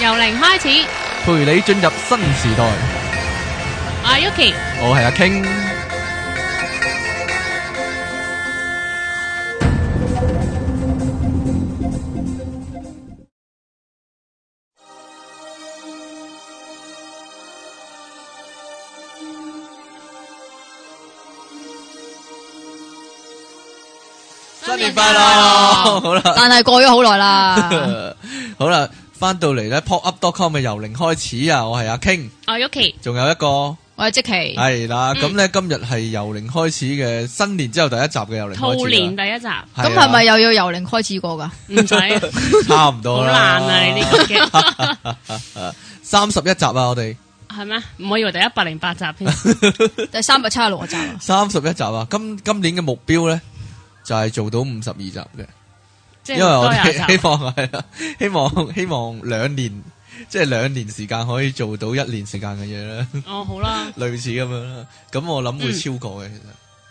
由零開始，陪你進入新時代。我係 Yuki，我係阿 King，新年快樂！好啦，但係過咗好耐 啦，好啦，翻到嚟咧，popup.com 嘅由零開始啊！我係阿 King，我係 Yuki，仲有一個。我係即期，系啦，嗯咁咧今日係由零開始嘅新年之後第一集嘅由零兔開年始第一集，啦，咁係咪又要由零開始過㗎？唔使，咪 差唔好多難啦？啊！你呢個 嘅三十一集啊，我哋係咩？唔好以為第一百零八集 添，第三百七十六集啊， 三十一集啊，今今年嘅目標咧就係做到五十二集嘅，即係因為我多廿哋希集。望係啦， 希望希望兩年即係兩年時間可以做到一年時間嘅嘢啦， 哦，好啦，類似咁樣啦。咁我諗會嗯超過嘅，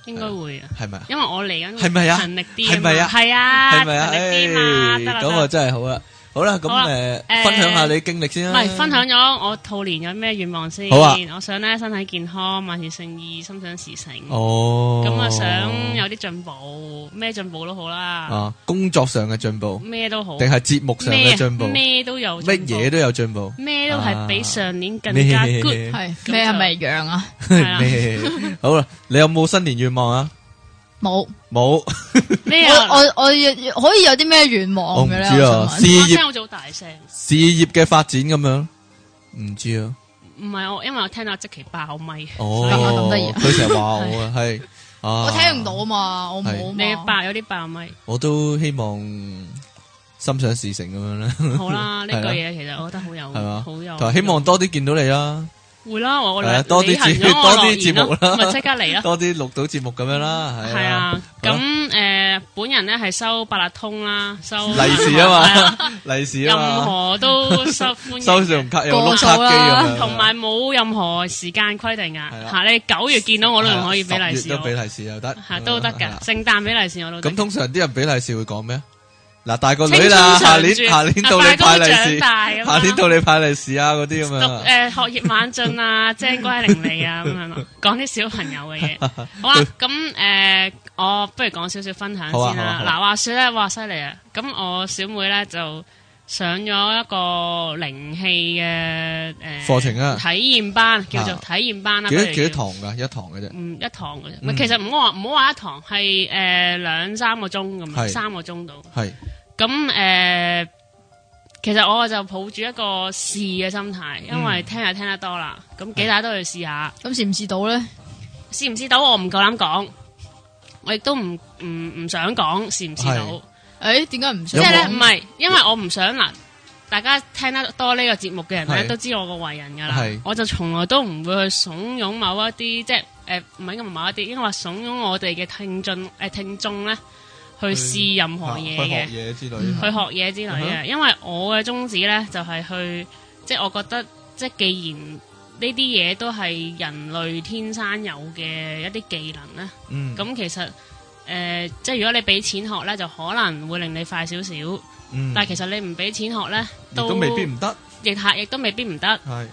其應該會啊，實係咪啊？因為我嚟緊係咪啊勤力啲，係咪啊係啊，係咪啊？勤力啲嘛，唉得啦咁得啊啦。真係好啦，好啦，咁好啦誒誒分享下你經歷先唔啦，係分享咗我兔年有咩願望先？好啊我想咧身體健康，萬事勝意，心想事成。哦，咁啊，想有啲進步，咩進步都好啦，啊工作上嘅進步，咩都好，定係節目上咩嘅進步，乜咩都有進步，嘢都有進步。咩都係比上年更加 good。 咩係咁咩就係咪羊啊？係啦咩？好啦，你有冇新年願望啊？冇，冇，咩我啊？我我可以有啲咩願我望唔嘅知咧？啊我。想事問我業聲好早大聲，事業嘅發展咁樣，唔知啊。唔係我，因為我聽到即期爆咪，哦所以咁得意啊，佢成日話我啊，係啊，我聽唔到啊嘛，我冇你啊嘛。爆有啲爆 咪。我都希望心想事成咁樣啦，好 啦，呢係句啦嘢其實我覺得好有係嘛，好有，同埋希望多啲見到你啦，會啦，我我係啊履多啲履行節咗我多啲諾言節目啦咯咪即刻 嚟啦。多啲錄到節目咁樣啦，係係啊，啊，咁誒本人咧係收八達通啦，收利是啊嘛 係啊 利是啊任嘛，何都收歡迎嘅，收信用卡又碌過數卡機啦咁樣，同埋冇任何時間規定係㗎啦嚇，你九月見到我都仲可以俾利十是月都俾我，利是又得，嚇啊都得嗯係㗎啦，聖誕俾利是我都得咁㗎。通常啲人俾利是會講咩？嗱，大個女啦，青春下常駐年下年到你派利大個都長是，大咁樣啊下年到你派利是啊，嗰啲咁讀樣。誒學業晚進 啊，精乖伶俐啊咁樣咯，講啲小朋友嘅嘢。好啊，咁誒我不如講少少分享好啊先啦。好啊好啊嗱話説咧，哇犀利啊！咁我小妹咧就上咗一個靈氣嘅誒課程啊體驗班叫做啊體驗班啦，幾不多如幾多叫堂㗎？一堂嘅啫。嗯，一堂嘅啫，唔嗯係其實唔好話唔好話一堂，係誒兩三個鐘咁樣，係三個鐘度。係咁誒、呃其實我就抱住一個試嘅心態，因嗯為聽就聽得多啦，咁幾大都去試下，咁試唔試到咧？試唔試到我唔夠膽講，我亦都唔唔唔想講試唔試係到，誒，點解唔即係有冇想咧講？唔係，因為我唔想嗱。大家聽得多呢個節目嘅人咧，係都知我個為人㗎啦係。我就從來都唔會去慫恿某一啲，即係誒唔係咁某一啲，應該話慫恿我哋嘅聽眾誒、呃聽眾咧去去啊試任何嘢去嘅。學嘢之類。去學嘢之類嗯嘅，因為我嘅宗旨呢，就係、去，即係我覺得，即係既然呢啲嘢都係人類天生有嘅一啲技能呢，嗯，咁、其實誒、呃即係如果你俾錢學呢，就可能會令你快少少，嗯但係其實你唔俾錢學呢，亦都都未必唔嗯得。亦係亦都未必唔得。係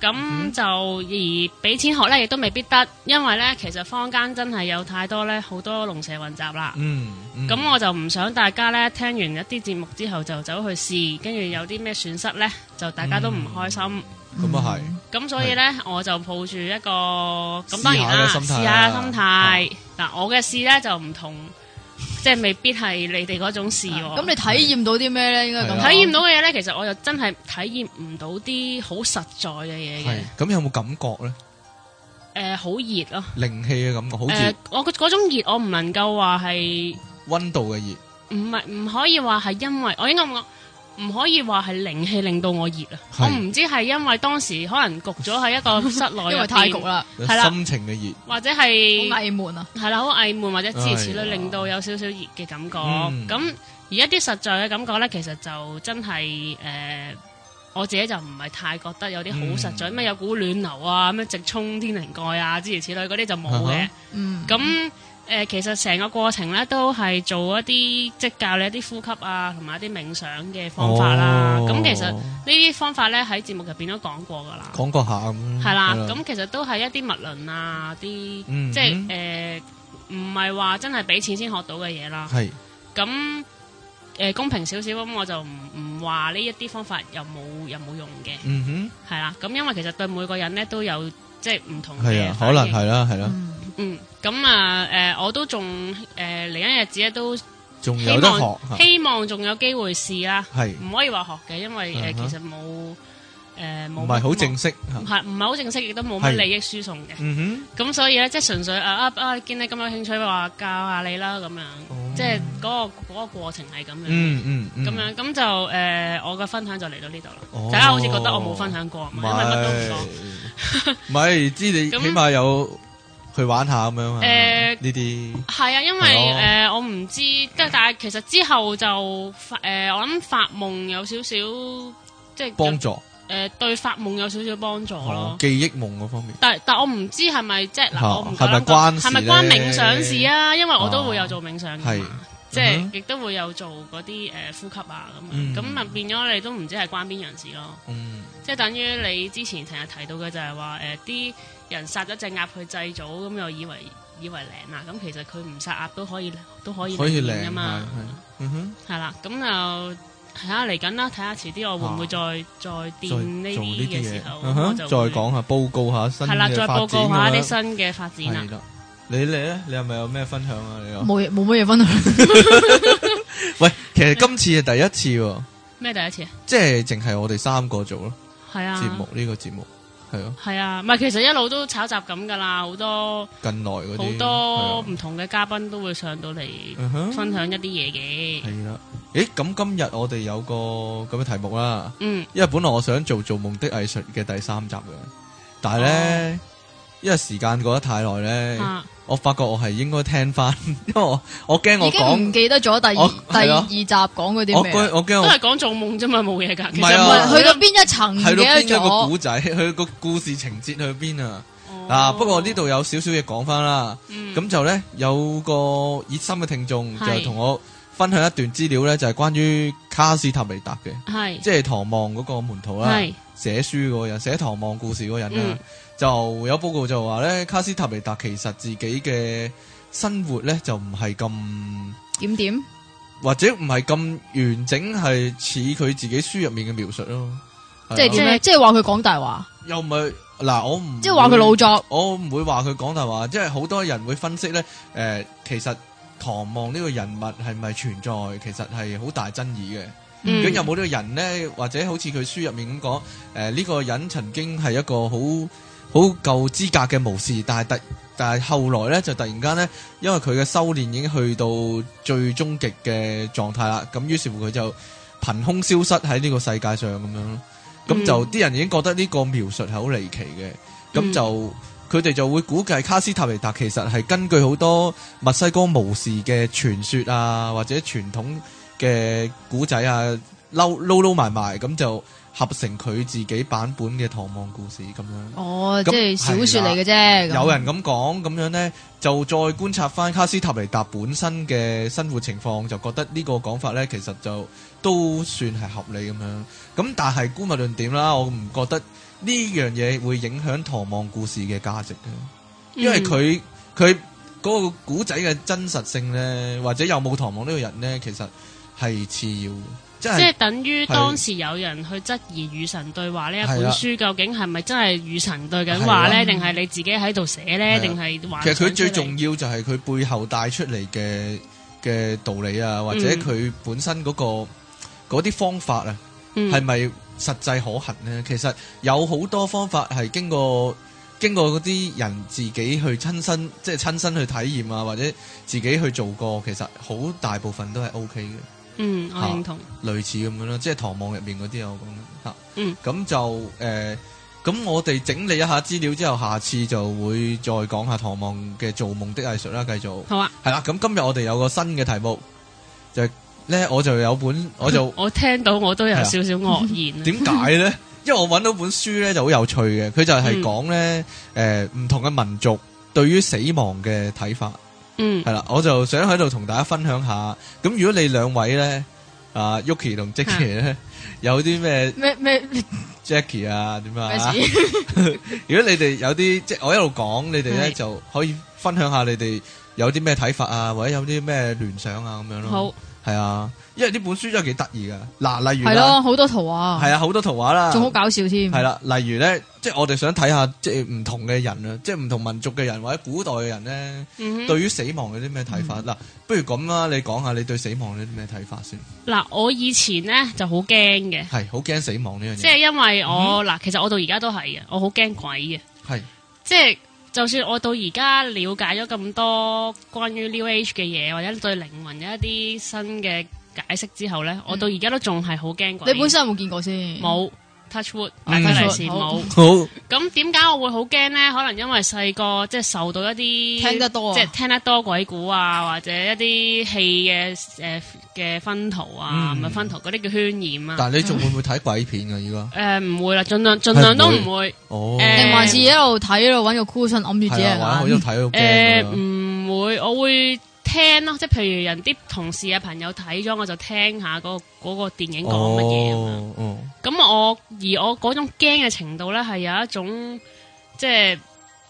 咁就而俾錢學呢，亦都未必得，因為呢，其實坊間真係有太多呢，好多龍蛇混雜啦。嗯嗯咁我就唔想大家咧聽完一啲節目之後就走去試，跟住有啲咩損失呢，就大家都唔開心。咁啊咁所以呢，我就抱住一個咁試當然啦，下嘅心態試啊下心態。嗱，我嘅試呢就唔同， 即係未必係你哋嗰種試喎。嗯啊咁你體驗到啲咩咧？應該係咁啊講體驗到嘅嘢呢，其實我就真係體驗唔到啲好實在嘅嘢嘅係係。咁有冇感覺咧？誒，好熱咯。靈氣嘅感覺，好誒似，我嗰種熱，我唔能夠話係温度嘅熱。唔係唔可以話係因為我應該咁講，唔可以話係靈氣令到我熱啊！係我唔知係因為當時可能焗咗喺一個室內入邊， 因為太焗啦，有係啦心情嘅熱，或者好啊係翳悶啊！係啦，好翳悶或者諸如此類，哎呀令到有少少熱嘅感覺。嗯咁、而一啲實在嘅感覺呢，其實就真係誒、呃我自己就唔係太覺得有啲好實在，嗯咩、有股暖流啊，咩直衝天靈蓋啊，諸如此類嗰啲就冇嘅。啊哈嗯，咁诶、其實成個過程咧都係做一啲即係教你一啲呼吸啊，同埋一啲冥想嘅方法啦。哦咁、其實呢啲方法咧喺節目入邊都講過噶啦，講過下咁。係啦。咁其實都係一啲物論啊，啲、嗯即係诶，呃唔係話真係俾錢先學到嘅嘢啦。係咁诶、呃公平少少咁，我就唔唔話呢一啲方法有冇有冇用嘅，嗯係啦。咁因為其實對每個人咧都有即係唔同哼，係嘅啊，可反能應係啦，係啦，嗯嗯，咁啊，誒、我都仲誒嚟緊日子咧，都希仲有得望學嚇希望仲有機會試啦，係唔可以話學嘅，因為誒、嗯哼其實冇誒冇唔係好正式，式嚇係唔係好正式，亦都冇係乜利益輸送嘅，嗯咁所以咧即係純粹啊啊啊，見你咁有興趣，話教下你啦咁樣，哦即係嗰、個嗰、個過程係咁哼，樣。嗯嗯嗯，咁樣咁就誒、我嘅分享就嚟到呢度哦啦。大家好似覺得我冇分享過，唔因為乜都唔係講。 唔係，知你咁起碼有去玩下咁樣啊。誒呢啲係啊，因為係誒、咯呃我唔知，即係但係其實之後就發誒、呃我諗發夢有少少即係幫助，誒對發夢有少少幫助哦咯。記憶夢嗰方面。但但我唔知係咪即係嗱，嚇我唔係咪夠膽講關事係咪關咧冥想事啊？因為我哦都會有做冥想㗎係嘛，即係嗯亦都會有做嗰啲誒呼吸啊咁嗯樣，咁啊變咗你都唔知係關邊樣事咯。嗯，即係等於你之前成日提到嘅就係話誒啲人殺咗只鴨去祭祖，咁又以為以為靚啦，咁其實佢唔殺鴨都可以都可以可以靚啊靚噶係嘛，係嗯哼，係啦，咁就睇下嚟緊啦，睇下遲啲我會唔會再、再啊再掂呢做呢啲嘅啲時嘢，候，嗯我哼就再講下報告下新係啦，嘅再發報展告下咁啲樣新嘅發展啊啦係。啦，你你咧，你係咪有咩分享啊？你有冇嘢冇乜嘢分享。喂，其實今次係第一次喎，咩第一次啊？即係淨係我哋三個做咯，係啊，節目呢個節目係咯，係啊，唔係其實一路都炒集咁噶啦，好多近來嗰好啲多係啊唔同嘅嘉賓都會上到嚟嗯哼分享一啲嘢嘅，係啦，咦咁今日我哋有個咁嘅題目啦，嗯，因為本來我想做《做夢的藝術》嘅第三集嘅，但係咧因為時間過得太耐咧，啊，我發覺我係應該聽翻， 因為我我驚 我已經唔講記得咗第我二係第咯二集講嗰啲我咩驚啊，我驚都我係講做夢啫嘛，冇嘢㗎。其唔係實啊冇人唔係去到邊一層唔睇記到邊得一個咗。古仔， 佢個故事情節去邊啊？哦啊，不過呢，度有少少嘢講翻啦。嗯咁就呢，有個熱心嘅聽眾就係同我分享一段資料呢，就係關於卡斯塔尼達嘅，係即係唐望嗰個門徒啦，係寫書嗰個人，寫唐望故事嗰個人啦嗯，就有報告就話呢，卡斯塔尼達其實自己嘅生活呢，就唔係咁。點點或者唔係咁完整，係似佢自己書入面嘅描述咯。即係係啊點咧？即係話佢講大話，又唔係嗱，我唔即係話佢老作。我唔會話佢講大話，即係好多人會分析咧。誒、其實唐望呢個人物係咪存在，其實係好大爭議嘅。究嗯竟有冇呢個人呢？或者好似佢書入面咁講，誒、呢、個人曾經係一個好好夠資格嘅巫士，但係突但係後來呢，就突然間呢，因為佢嘅修煉已經去到最終極嘅狀態啦，咁於是乎佢就憑空消失喺呢個世界上咁樣咯。咁就嗯啲、人已經覺得呢個描述係好離奇嘅，咁、嗯就佢哋就會估計卡斯塔尼達其實係根據好多墨西哥巫士嘅傳說啊，或者傳統嘅古仔啊，撈撈撈埋埋咁就合成佢自己版本嘅《唐望故事》咁樣。哦，咁即係小說嚟嘅啫。咁有人咁講，咁樣呢，就再觀察翻卡斯塔尼達本身嘅生活情況，就覺得呢個講法呢，其實就都算係合理咁樣。咁但係姑勿論點啦，我唔覺得呢樣嘢會影響《唐望故事》嘅價值嘅，因為佢佢嗰個古仔嘅真實性呢，或者有冇唐望呢個人呢，其實係次要嘅，即嗯即係係等於係當時有人去質疑與神對話呢一係啦啊本書究竟係咪真係與神對緊係話啦呢？定係你自己喺度寫係呢？啦定係話其實佢最重要就係佢背後帶出嚟嘅嘅道理啊，或者嗯佢本身嗰、個嗰啲方法啊。嗯係咪實際可行呢？其實有好多方法係經過經過嗰啲人自己去親身，即係親身去體驗啊，或者自己去做過，其實好大部分都係 O K 嘅，嗯，我嚇認同。類似咁樣咯。即係唐望入面嗰啲啊，我講緊嚇。嗯咁就誒，呃咁、我哋整理一下資料之後，下次就會再講下唐望嘅做夢的藝術啦，繼續。好啊，係啦，咁今日我哋有個新嘅題目，就係、呢，我就有 本我就。我聽到我都有少少愕然啊。點解咧？因為我揾到本書咧就好有趣嗯呃嘅，佢就係講咧誒唔同嘅民族對於死亡嘅睇法，嗯系啦，我就想喺度同大家分享下。咁如果你兩位咧，啊 Yuki 同 Jackie 咧，有啲咩咩咩 Jackie 啊點咩啊？事？如果你哋有啲即係我一路講，你哋咧係就可以分享下你哋有啲咩睇法啊，或者有啲咩聯想啊咁樣咯。好，係啊，因為呢本書真係幾得意噶。嗱，例如係啦，咯，好多圖畫，係啊，好多圖畫啦，仲好搞笑添。系啦，例如咧，即系我哋想睇下，即系唔同嘅人啊，即系唔同民族嘅人或者古代嘅人咧，嗯哼對於死亡有啲咩睇法？嗱、不如咁啦，你講下你對死亡有啲咩睇法先？嗱，我以前咧就好驚嘅，係好驚死亡呢樣即嘢，係因為我嗱，其實我到而家都係嘅，我好驚鬼嘅，嗯係即係就算我到而家了解咗咁多關於 New Age 嘅嘢，或者對靈魂有一啲新嘅解釋之後咧，我嗯到而家都仲係好驚鬼。你本身有冇見過先？冇 touch wood，但嗯係嚟時好冇。好咁點解我會好驚呢？可能因為細個即係受到一啲聽得多啊即係聽得多鬼故啊，或者一啲戲嘅誒嘅分圖啊，嗯咪、分圖嗰啲叫渲染啊。但系你仲會唔會睇鬼片噶？依家誒唔、會啦，盡量盡量都唔會。哦，誒定還是一路睇一路揾個 cushion 揞住自係己啊，眼？玩好咗睇到誒驚啊呃唔、會，我會聽咯，即係譬如人啲同事啊朋友睇咗，我就聽下嗰、個嗰、個電影講乜嘢咁樣。哦，哦咁我而我嗰種驚嘅程度咧，係有一種即係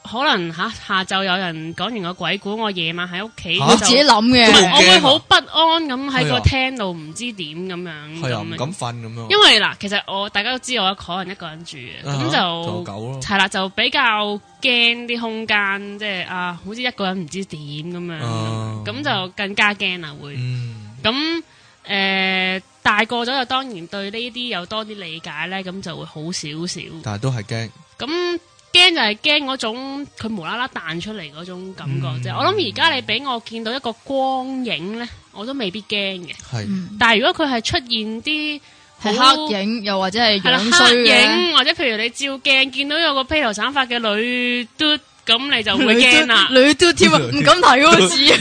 可能吓下晝有人講完個鬼故，我夜晚喺屋企嚇就自己諗咁我好嘅，會好不安咁喺係個啊廳度唔知點咁樣係啊，唔咁敢樣。瞓咁樣。因為嗱，其實我大家都知我一個人一個人住嘅，啊咁做就狗咯，係啦，就比較驚啲空間，即係啊，好似一個人唔知點咁樣，啊咁就更加驚啦會。嗯咁誒、呃大個咗就當然對呢啲有多啲理解咧，咁就會好少少。但係都係驚。咁驚就係驚嗰種佢無啦啦彈出嚟嗰種感覺啫。嗯我諗而家你俾我見到一個光影咧，我都未必驚嘅。係嗯但係如果佢係出現啲好係黑影，又或者係係啦樣衰啊黑嘅，影，或者譬如你照鏡見到有個披頭散髮嘅女嘟，咁你就會驚 女啦都。女都添 啊，唔敢睇嗰個字啊，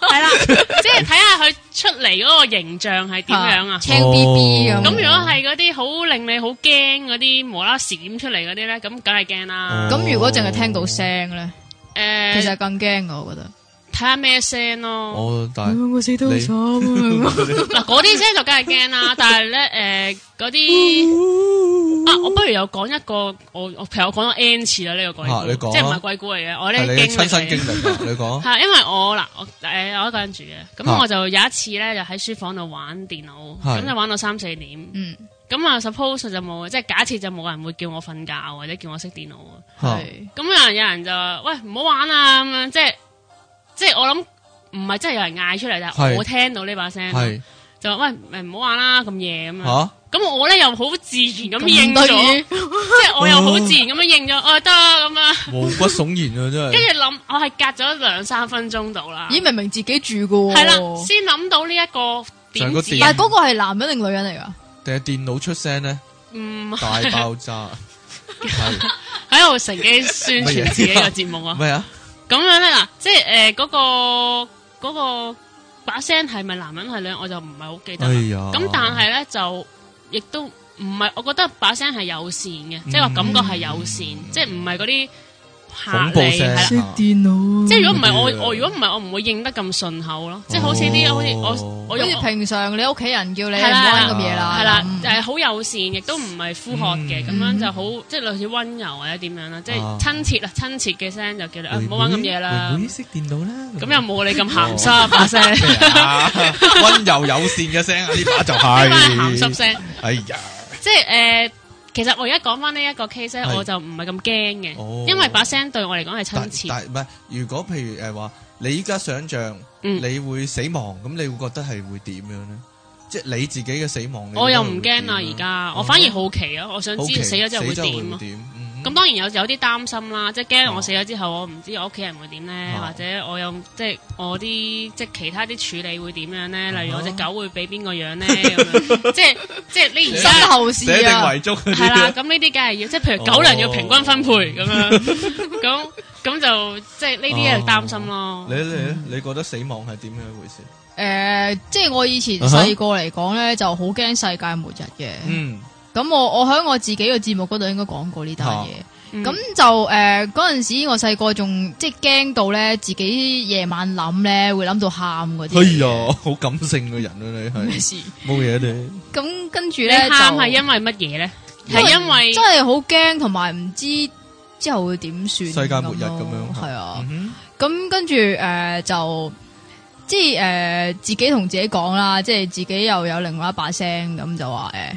係啦，即係睇下佢出嚟嗰個形象係點樣啊。青 B B 哦咁。咁如果係嗰啲好令你好驚嗰啲無啦啦閃出嚟嗰啲咧，咁梗係驚啦。哦咁如果淨係聽到聲咧，誒，其實更驚噶，我覺得。睇下咩聲咯。我但係我死得好你慘啊！嗱，嗰啲聲就梗係驚 啦。但係咧，誒嗰啲啊，我不如又講一個，我我其實我講咗 N 次啦呢個鬼啊你講故，啊即係唔係鬼故嚟嘅，我呢係你啲嘅經歷親身經嚟嘅。歷啊，你 講係因為我嗱，我誒我一個人住嘅，啊咁我就有一次咧，就喺書房度玩電腦，係咁就玩到三四點。嗯，咁啊，suppose 就冇，即係假設就冇人會叫我瞓覺或者叫我熄電腦啊。嚇係咁有人有人就話：喂，唔好玩啊！咁樣即係即係我諗唔係真係有人嗌出嚟，但係係我聽到呢把聲，啊係就話喂誒唔好玩啦，咁夜咁樣。嚇。咁我咧又好自然咁咁應得咗，意，即係我又好自然咁樣應咗，哦得啊咁啊。毛骨悚然啊，真跟系。住諗，我係隔咗兩三分鐘到啦，咦？明明自己住噶喎，係啦，先諗到呢一個上點個子點，但係嗰個係男人定女人嚟㗎？定係電腦出聲咧，嗯，大爆炸。 係喺度乘機宣傳自己個節目 啊。咩啊？咁樣咧嗱，即係誒嗰個嗰、個把聲係咪男人係女人，我就唔係好記得哎啦。呀！咁、但係咧就亦都唔係，我覺得把聲係友善嘅，嗯即係話感覺係友善，即係唔係嗰啲嚇恐怖你聲係啦。熄電腦即係如果唔係嗰啲我啊我如果唔係我唔會應得咁順口咯，即係好似啲哦好似我我好用似平常你屋企人叫你唔係啦好玩咁嘢啦，係啦，嗯就係好友善，亦都唔係呼喝嘅，咁嗯樣就好即係類似温柔或者點樣啦，即啊係親切啊親切嘅聲就叫你啊唔好玩咁嘢啦妹。妹哦熄電腦啦。咁又冇你咁鹹濕把聲，呢 咩啊？温柔友善嘅聲啊，呢把就班 係鹹濕。聲，哎呀，即係誒。其實我而家講翻呢一個 case 咧，係我就唔係咁驚哦嘅，因為把聲對我嚟講係親但切。但唔係，如果譬如誒話，你依家想像嗯你會死亡，咁你會覺得係會點樣咧？即係你自己嘅死亡，你我又覺得唔會點驚啦，啊而家哦我反而好奇啊，我想好奇知死咗之後會死咗點啊會咯。點？嗯咁當然有有啲擔心啦，即係哦驚我死咗之後，我唔知我屋企人會點咧，哦或者我有即係我啲即係其他啲處理會點樣咧？例如我只狗會俾邊個養 咧？咁樣即係即係你而身家後事寫定啊，遺囑嗰係啲啦，啊。咁呢啲梗係要，即係譬如哦狗糧要平均分配咁樣， 咁咁就即係呢啲就擔心咯你。你你覺得死亡係點樣一回事？诶，即係我以前啊哈細個嚟講咧，就好驚世界末日嘅。嗯，啊咁我我喺我自己嘅節目嗰度應該講過呢單嘢。嗯咁就诶嗰阵时我細個仲即係驚到咧，自己夜晚諗咧會諗到喊嗰啲。哎呀，好感性嘅人啊，你咩係事？冇嘢你。咁跟住你咧就喊係因為乜嘢咧？因為係因為真係好驚，同埋唔知之後會點算。世界末日咁樣系啊。嗯咁跟住诶、呃就即系诶、呃自己同自己講啦，即係自己又有另外一把聲咁就話诶、呃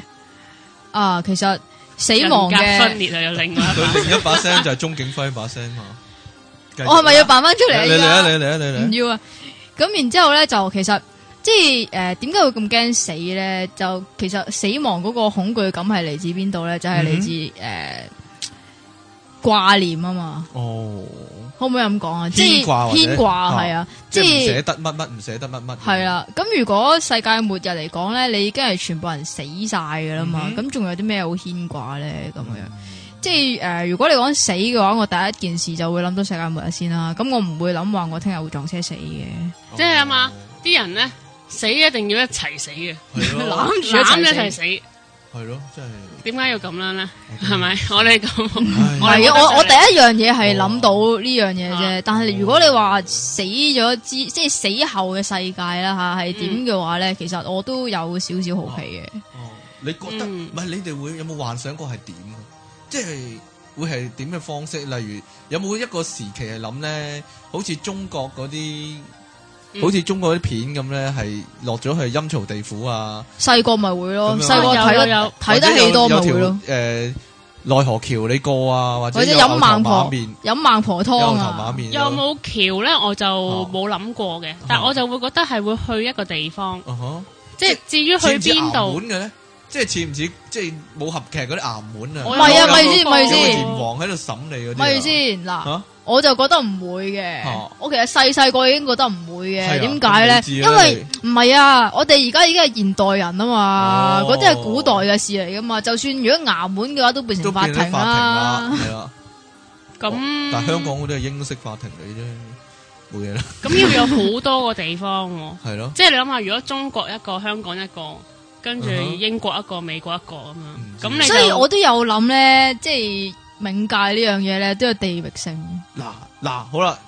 啊，其實死亡人格分嘅，裂啊，有另外哼 一把佢另一把聲就係鐘景輝把聲嘛。繼續我係咪要扮翻出嚟啊？你你嚟依家啊！你嚟啊！你唔嚟啊！要啊！咁然之后咧就其實即係诶，点解會咁驚死咧？就其實死亡嗰個恐懼感係嚟自邊度咧？就係嚟嗯自诶掛念啊嘛，哦，可唔可以咁講啊？即係牽掛或者牽掛係啊，即即係唔係捨得乜乜，唔捨得乜乜。係。啦。咁如果世界末日嚟講咧，你已經係全部人死晒噶啦嘛嗯，哼咁仲有啲咩好牽掛咧？咁樣。即係诶、呃如果你講死嘅話，我第一件事就會諗到世界末日先啦。咁我唔會諗話我聽日會撞車死嘅。即係啊嘛啲人咧死一定要一齊死嘅，哦。係攬攬咯，住一齊一死齊死。係咯，真係。點解要咁樣咧？ 係咪？我哋 咁唉我係系覺得就啊，係我我第一樣嘢哦係諗到呢樣嘢啫啊，但嗯係如果你話死咗之，即係死後嘅世界啦吓，係點嘅話咧，其實我都有少少好奇嘅。嗯哦，你覺得嗯唔係你哋會有冇幻想過係點啊？即係會係點嘅方式？例如有冇一個時期係諗咧，好似中國嗰啲，嗯好似中國嗰啲片咁咧，係落咗去陰曹地府啊，細個咪會咯，咁樣細個睇有有 Ờ, 得有睇得戲多咪會咯，誒奈何橋你過啊，或者或者有牛飲頭孟馬婆面，飲孟婆有湯牛頭馬啊，面有啊？冇橋咧？我就冇諗過嘅，但啊我就會覺得係會去一個地方，啊哈即係至於去似唔似邊衙度門。嘅咧？即係似唔似即係武俠劇嗰啲衙門啊？我唔係啊有咪諗先過咪有個先閻王喺度審你嗰啲啊。咪先嗱。嚇我就覺得唔會嘅哦，我其實細細個已經覺得唔會係啊嘅，點解咁你咧？知啦因為唔係啊，我哋而家已經係現代人啊嘛，哦嗰啲係古代嘅事嚟噶嘛。就算如果衙門嘅話，都變都成變法咗庭法啦庭啦，。係啦。咁但係香港嗰啲係英式法庭嚟啫，冇嘢啦，咁要有好多個地方喎。 係咯。即係你諗下，如果中國一個、香港一個，跟住嗯哼英國一個、美國一個咁樣，咁嗯你就所以我都有諗咧，即係冥界呢樣嘢咧，都有地域性嗱嗱，好啦，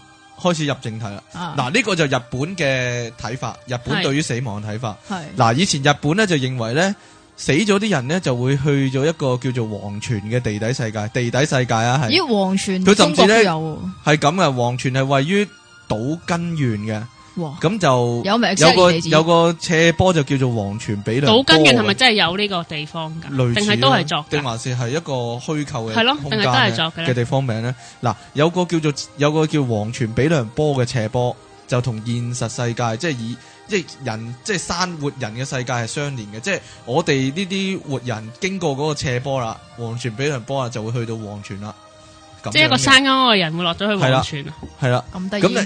開始入正題啦。啊，嗱，呢個就日本嘅睇法，日本係對於死亡嘅睇法。係嗱，以前日本咧就認為咧，死咗啲人咧就會去咗一個叫做黃泉嘅地底世界，地底世界啊，係咦，黃泉佢中甚至國都呢有喎，係咁嘅。黃泉係位於島根縣哇，嘅，咁就有啊名有個地址有個斜坡就叫做黃泉比良島坡根嘅係啊咪真係有呢個地方㗎？類似定啦係都係作定㗎？還是係一個虛構嘅係咯空定係間都係嘅作嘅咧嘅地方名咧？嗱，有個叫做有個叫黃泉比良波嘅斜坡，就同現實世界即係以即係人即係生活人嘅世界係相連嘅，即係我哋呢啲活人經過嗰個斜坡啦，黃泉比良波啊就會去到黃泉啦。咁即係一個樣嘅山嗰個人會落咗去黃泉啊！係啦。咁得意，咁你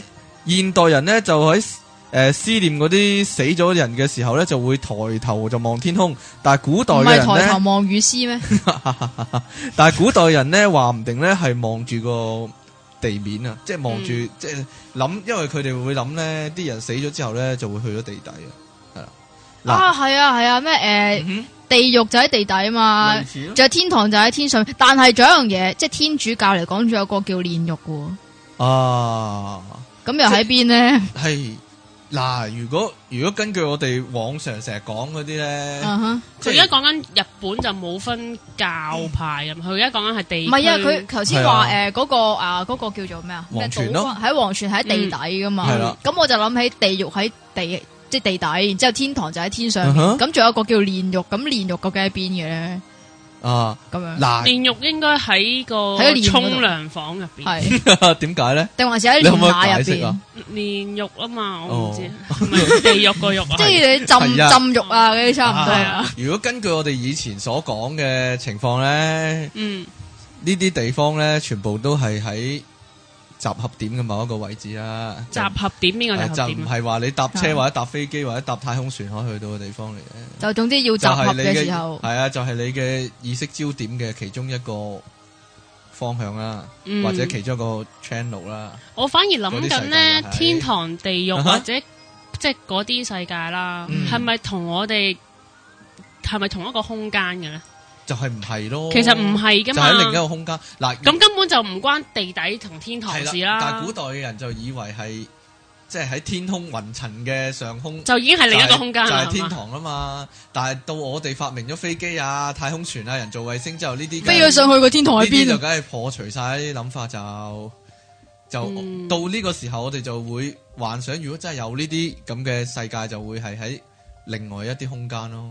現代人咧就喺诶思念嗰啲死咗人嘅時候咧，就會抬頭就望天空，但係古代唔嘅係人咧抬。頭望雨絲咩？但系古代人咧，話唔定咧係望住個地面啊，即係望住，即係諗，因為佢哋會諗咧，啲人死咗之後咧就會去咗地底啊，係啦，嗱啊，係啊，係啊，咩嗯誒哼地獄就喺地底啊嘛。類似咯仲有天堂就喺天上，但係仲有一樣嘢，即係天主教嚟講，仲有個叫煉獄嘅啊，喎，咁又喺邊咧？係嗱，如果如果根據我哋往常成日講嗰啲咧，啊哈佢而家講緊日本就冇分教派咁，佢而家講緊係地唔係啊，區佢頭先話係誒嗰個啊嗰個叫做咩啊？咩黃泉咯島喺黃泉喺地底噶嘛嗯係啦，咁我就諗起地獄喺地。即係地底，然之後天堂就喺天上面，嗯哼咁仲有一個叫煉獄，咁煉獄究竟喺邊嘅咧？啊咁樣嗱，煉獄應該喺個喺個煉嗰度沖涼房入邊。係， 點解咧？定還是喺你可唔可以煉奶入解釋邊啊？煉獄啊嘛，我唔知哦係咪地獄個獄即啊？係你浸係啊浸浴啊嗰啲差唔多係啊啊。如果根據我哋以前所講嘅情況咧。嗯，呢啲地方咧，全部都係喺集合點嘅某一個位置啦。集合點邊個係集就合唔點啊？係話你搭車啊或者搭飛機或者搭太空船可以去到嘅地方嚟嘅，就總之要集就合係你嘅時候係，啊，就係你嘅意識焦點嘅其中一個方向啦，嗯或者其中一個 channel 啦。我反而諗緊嗰啲世界咧就係，天堂、地獄啊哈或者即係嗰啲世界啦嗯，係咪同我哋係咪同一個空間嘅咧？就係唔係咯？其實唔係哦就噶喺另一嘛，個空間嗱，咁根本就唔關地底同天堂事係啦，但係啦古，代嘅人就以為係即係喺天空雲層嘅上空。就已經係另一就個係空間就啦，係係天嘛？堂啦嘛。但係到我哋發明咗飛機啊、太空船啊、人造衛星之後，呢啲飛咗上去個天堂喺呢啲邊就啊？梗係破除晒啲諗法就就、嗯到呢個時候，我哋就會幻想，如果真係有呢啲咁嘅世界，就會係喺另外一啲空間咯，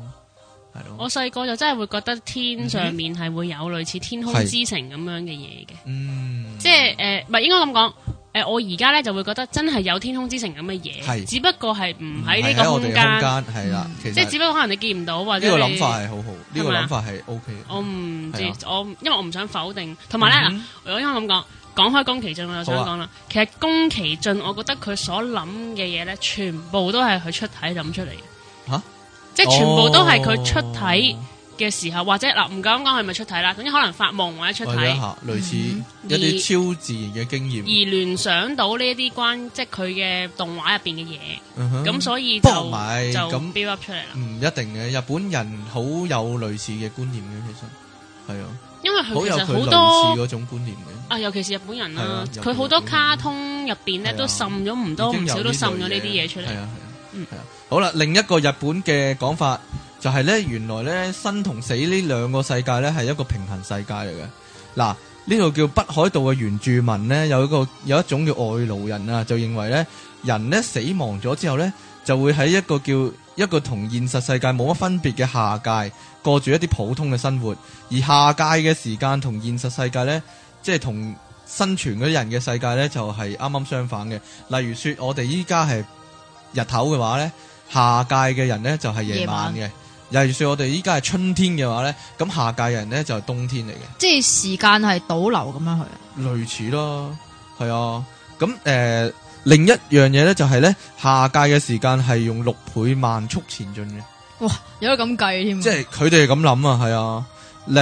係咯。我細個就真係會覺得天上面係會有類似天空係之城咁樣嘅嘢嘅，嗯，即係誒，唔係應該咁講。誒，我而家咧就會覺得真係有天空之城咁嘅嘢，係只不過係唔喺係呢個我空哋嘅間，空間係啦嗯，其實即係只不過可能你見唔到或呢者個你諗法係好好，呢係個咪啊諗法係 O K。我唔知係啊，我因為我唔想否定，同埋咧，嗱嗯我應該咁講，講開宮崎駿，我就想好啊講啦。其實宮崎駿，我覺得佢所諗嘅嘢咧，全部都係佢出體諗出嚟嘅。吓即係全部都係佢出體哦嘅時候，或者嗱，唔敢講係咪出體啦，總之可能發夢或者出或者一體，下類似嗯一啲超自然嘅經驗。而聯想到呢啲關即係佢嘅動畫入邊嘅嘢，嗯哼咁所以就不過唔係就咁 build up 出嚟啦。唔一定嘅，日本人好有類似嘅觀念嘅，其實係啊，因為佢好其有實佢好類多似。嗰種觀念嘅，啊，尤其是日本人係啊啦，日本佢好多日本人卡通入邊咧係啊都滲咗唔多唔少都滲咗呢啲嘢出嚟係。啊係嗯啊，係啊。好啦，另一個日本嘅講法就係咧，原來咧生同死呢兩個世界咧係一個平衡世界嚟嘅。嗱，呢度叫北海道嘅原住民咧有一個有一種叫外勞人啊，就認為咧人咧死亡咗之後咧就會喺一個叫一個同現實世界冇乜分別嘅下界過住一啲普通嘅生活。而下界嘅時間同現實世界呢，即係同生存嗰啲人嘅世界呢，就係啱啱相反嘅。例如說，我哋依家係日頭嘅話呢，下界嘅人呢就係夜晚嘅。例如說，我哋依家係春天嘅話呢，咁下界人呢就係冬天嚟嘅，即係時間係倒流咁樣去啊。類似咯，係啊。咁誒、呃另一樣嘢呢，就係呢，下界嘅時間係用六倍慢速前進嘅。有得咁計添啊，即係佢哋係咁諗啊，係啊，誒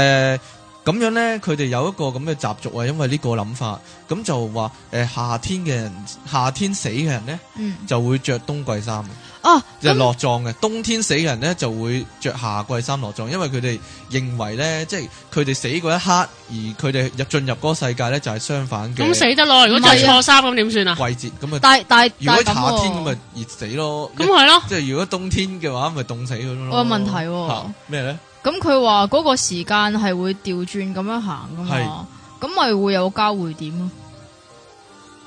咁樣咧，佢哋有一個咁嘅習俗啊，因為呢個諗法，咁就話誒、呃夏天嘅人，夏天死嘅人咧嗯就會着冬季衫嘅，啊，即係咁落葬嘅；冬天死嘅人咧就會着夏季衫落葬，因為佢哋認為咧，即係佢哋死嗰一刻，而佢哋入進入嗰個世界咧就係相反嘅咁啊死得咯！如果着錯衫咁點算啊？季節，咁啊，但但如但果係咁夏天喎咁啊熱死咯，咁係咯，即係如果冬天嘅話咪凍死佢咯。我有問題喎嚇咩咧？咁佢話嗰個時間係會調轉咁樣行噶嘛，咁咪會有交匯點咯。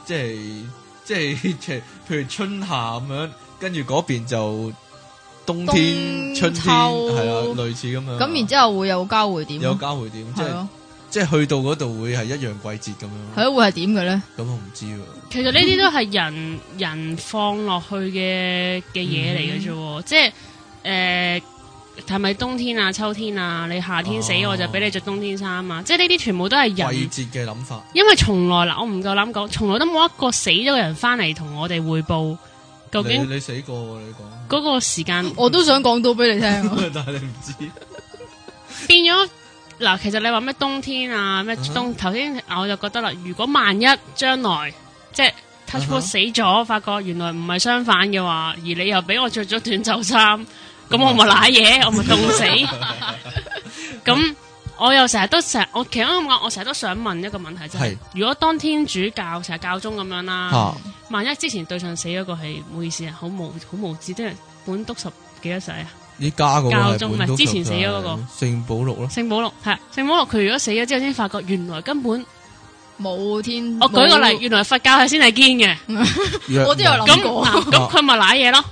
即係即係 即係，譬如春夏咁樣，跟住嗰邊就冬天、冬春天秋係啦，類似咁樣。咁然之後會啊有交匯點有咯，交匯點，即係係咯，即係去到嗰度會係一樣季節咁樣。係咯，會係點嘅咧？咁我唔知喎。其實呢啲都係人人放落去嘅嘅嘢嚟嗯嘅啫喎，即係誒係咪冬天啊、秋天啊？你夏天死哦我就俾你着冬天衫啊！即係呢啲全部都係人，季節嘅諗法，因為從來嗱，我唔夠膽講，從來都冇一個死咗嘅人翻嚟同我哋匯報究你竟你死過喎，你講，嗰個時間我都想講到俾你聽啊。 但係你唔知。變咗嗱，其實你話咩冬天啊，咩嗯哼冬頭先、啊我就覺得啦，如果萬一將來即係 touch 嗯 wood 哼死咗，發覺原來唔係相反嘅話，而你又俾我着咗短袖衫，咁咁我咪啊賴 嘢，我咪凍死。咁我又成日都成日，我其實我我成日都想問一個問題，就係、係如果當天主教成日教宗咁樣啦，嚇萬一之前對上死嗰個係唔好意思啊，好無好無知，即係本篤十幾多世啊？依家嗰個係教宗本咪篤之前十死咗嗰個嘅啊聖 保祿咯，聖保祿係聖保祿，佢如果死咗之後先發覺原來根本。 冇天，我哦舉個冇例，，原來佛教係先係堅嘅，我都有諗咁過嗱咁佢咪賴嘢咯？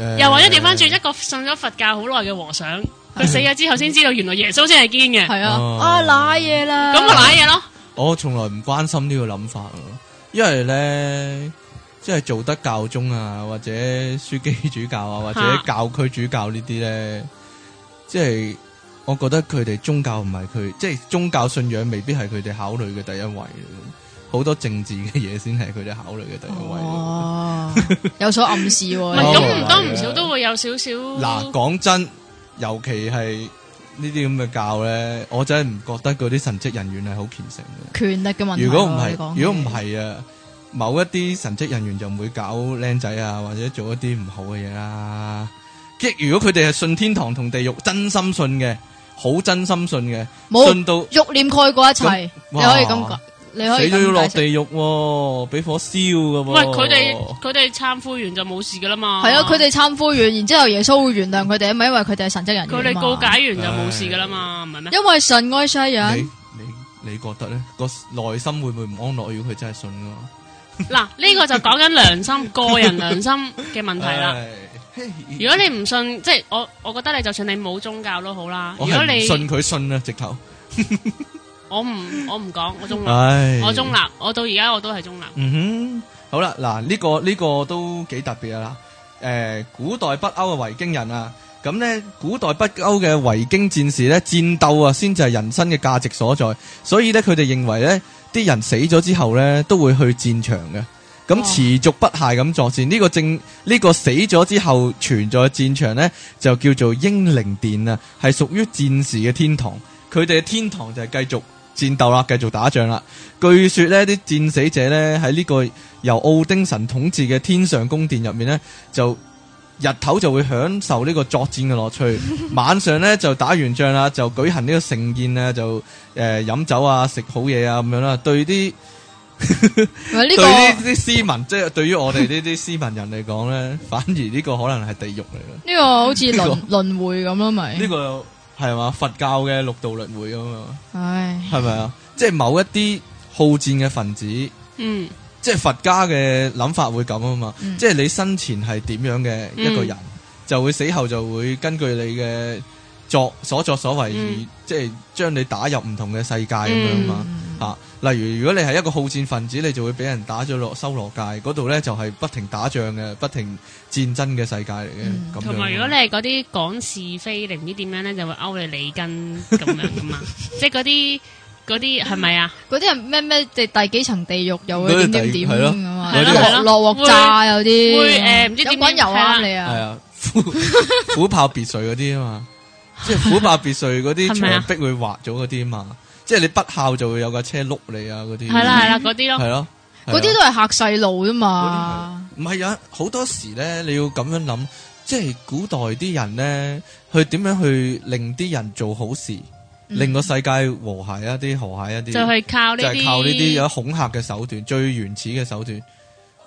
誒又或者調翻轉一個信咗佛教好耐嘅和尚，佢死咗之後先知道原來耶穌先係堅嘅，係啊哦，啊瀨嘢啦，咁咪啊賴嘢咯？我從來唔關心呢個諗法咯，因為咧，即係做得教宗啊，或者書記主教啊，或者嚇教區主教呢啲咧，即係我覺得佢哋宗教唔係佢，即係宗教信仰未必係佢哋考慮嘅第一位咯，好多政治嘅嘢先係佢哋考慮嘅第一位咯。哦，有所暗示唔 喎，係哦咁唔多唔賴少嘢都會有少少嗱，講真，尤其係呢啲咁嘅教咧，我真係唔覺得嗰啲神職人員係好虔誠嘅。權力嘅問題喎。如果唔係你講，如果唔係啊，某一啲神職人員就唔會搞僆仔啊，或者做一啲唔好嘅嘢啦。即係如果佢哋係信天堂同地獄，真心信嘅，好真心信嘅，冇信到欲念蓋過一切咁，你可以咁哇講，你可死以咗要咁落解地釋。獄喎，俾火燒噶喎。喂，佢哋佢哋忏悔完就冇事噶啦嘛。係啊，佢哋忏悔完，然之后耶穌會原諒佢哋，咪因為佢哋係神職人員佢啊哋嘛告解完就冇事噶啦嘛，唔係咩？因為神愛世人，你你你覺得咧個內心會唔會唔安樂？如果佢真係信噶嘛？嗱，呢個就講緊良心、個人良心嘅問題啦。唉。如果你唔信，即係我，我覺得你就算你冇宗教都好啦。如我果係唔你信佢信啊，直頭。我 唔我唔講，我嗯中立，唉，我中立，我到而家我都係中立。嗯哼，好啦，嗱、呢、個呢、個都幾特別啦。誒、古代北歐嘅維京人啊，咁呢，古代北歐嘅維京戰士呢，戰鬥啊，先至係人生嘅價值所在。所以呢，佢哋認為呢啲人死咗之後呢，都會去戰場嘅。哦咁持續不懈咁作戰，呢、個正呢、個死咗之後存在嘅戰場呢，就叫做英靈殿啊，係屬於戰士嘅天堂。佢哋嘅天堂就係繼續戰鬥啦，繼續打仗啦。據說呢啲戰死者呢，喺呢個由奧丁神統治嘅天上宮殿入面呢，就日頭就會享受呢個作戰嘅樂趣，晚上呢，就打完仗啦，就舉行呢個盛宴啊，就誒飲、酒啊，食好嘢啊咁樣啦。對啲、咪對呢呢個啲斯文，即係對於我哋呢啲斯文人嚟講呢，反而呢個可能係地獄嚟嘅。呢個好似呢輪轮回咁咯，咪呢、個係嘛佛教嘅六道輪迴咁嘛，唉，係咪啊？即係某一啲好戰嘅分子。嗯，即係佛家嘅諗法會咁啊嘛，嗯即係你生前係點樣嘅一個人，就會死後就會根據你嘅作所作所為，嗯而即係將你打入唔同嘅世界咁樣嗯嘛。嗯啊，例如如果你係一個好戰分子，你就會俾人打咗落修羅界嗰度咧，就係不停打仗嘅、不停戰爭嘅世界嚟嗯嘅。咁同埋如果樣你咯係嗰啲講是非定唔知點樣咧，就會勾你脷根咁樣噶 嘛。即係嗰啲嗰啲係咪啊？嗰啲人咩咩地第幾層地獄又會點點點嗰啲地咁啊，係咯係咯落鑊炸有啲，會誒唔知有點滾油係啦啱你係啊，啊，虎 虎豹別墅嗰啲啊嘛，即係虎豹別墅嗰啲 係咪啊牆壁會畫咗嗰啲嘛，即係你不孝就會有架車碌你啊嗰啲。係啦係啦，嗰啲系咯，咯，嗰啲係都係嚇細路啫嘛，咯唔係啊！好多時咧，你要咁樣諗，即係古代啲人咧，去點樣去令啲人做好事，嗯令個世界和諧一啲，和諧一啊啲，就係靠呢就啲係靠呢啲有恐嚇嘅手段，最原始嘅手段。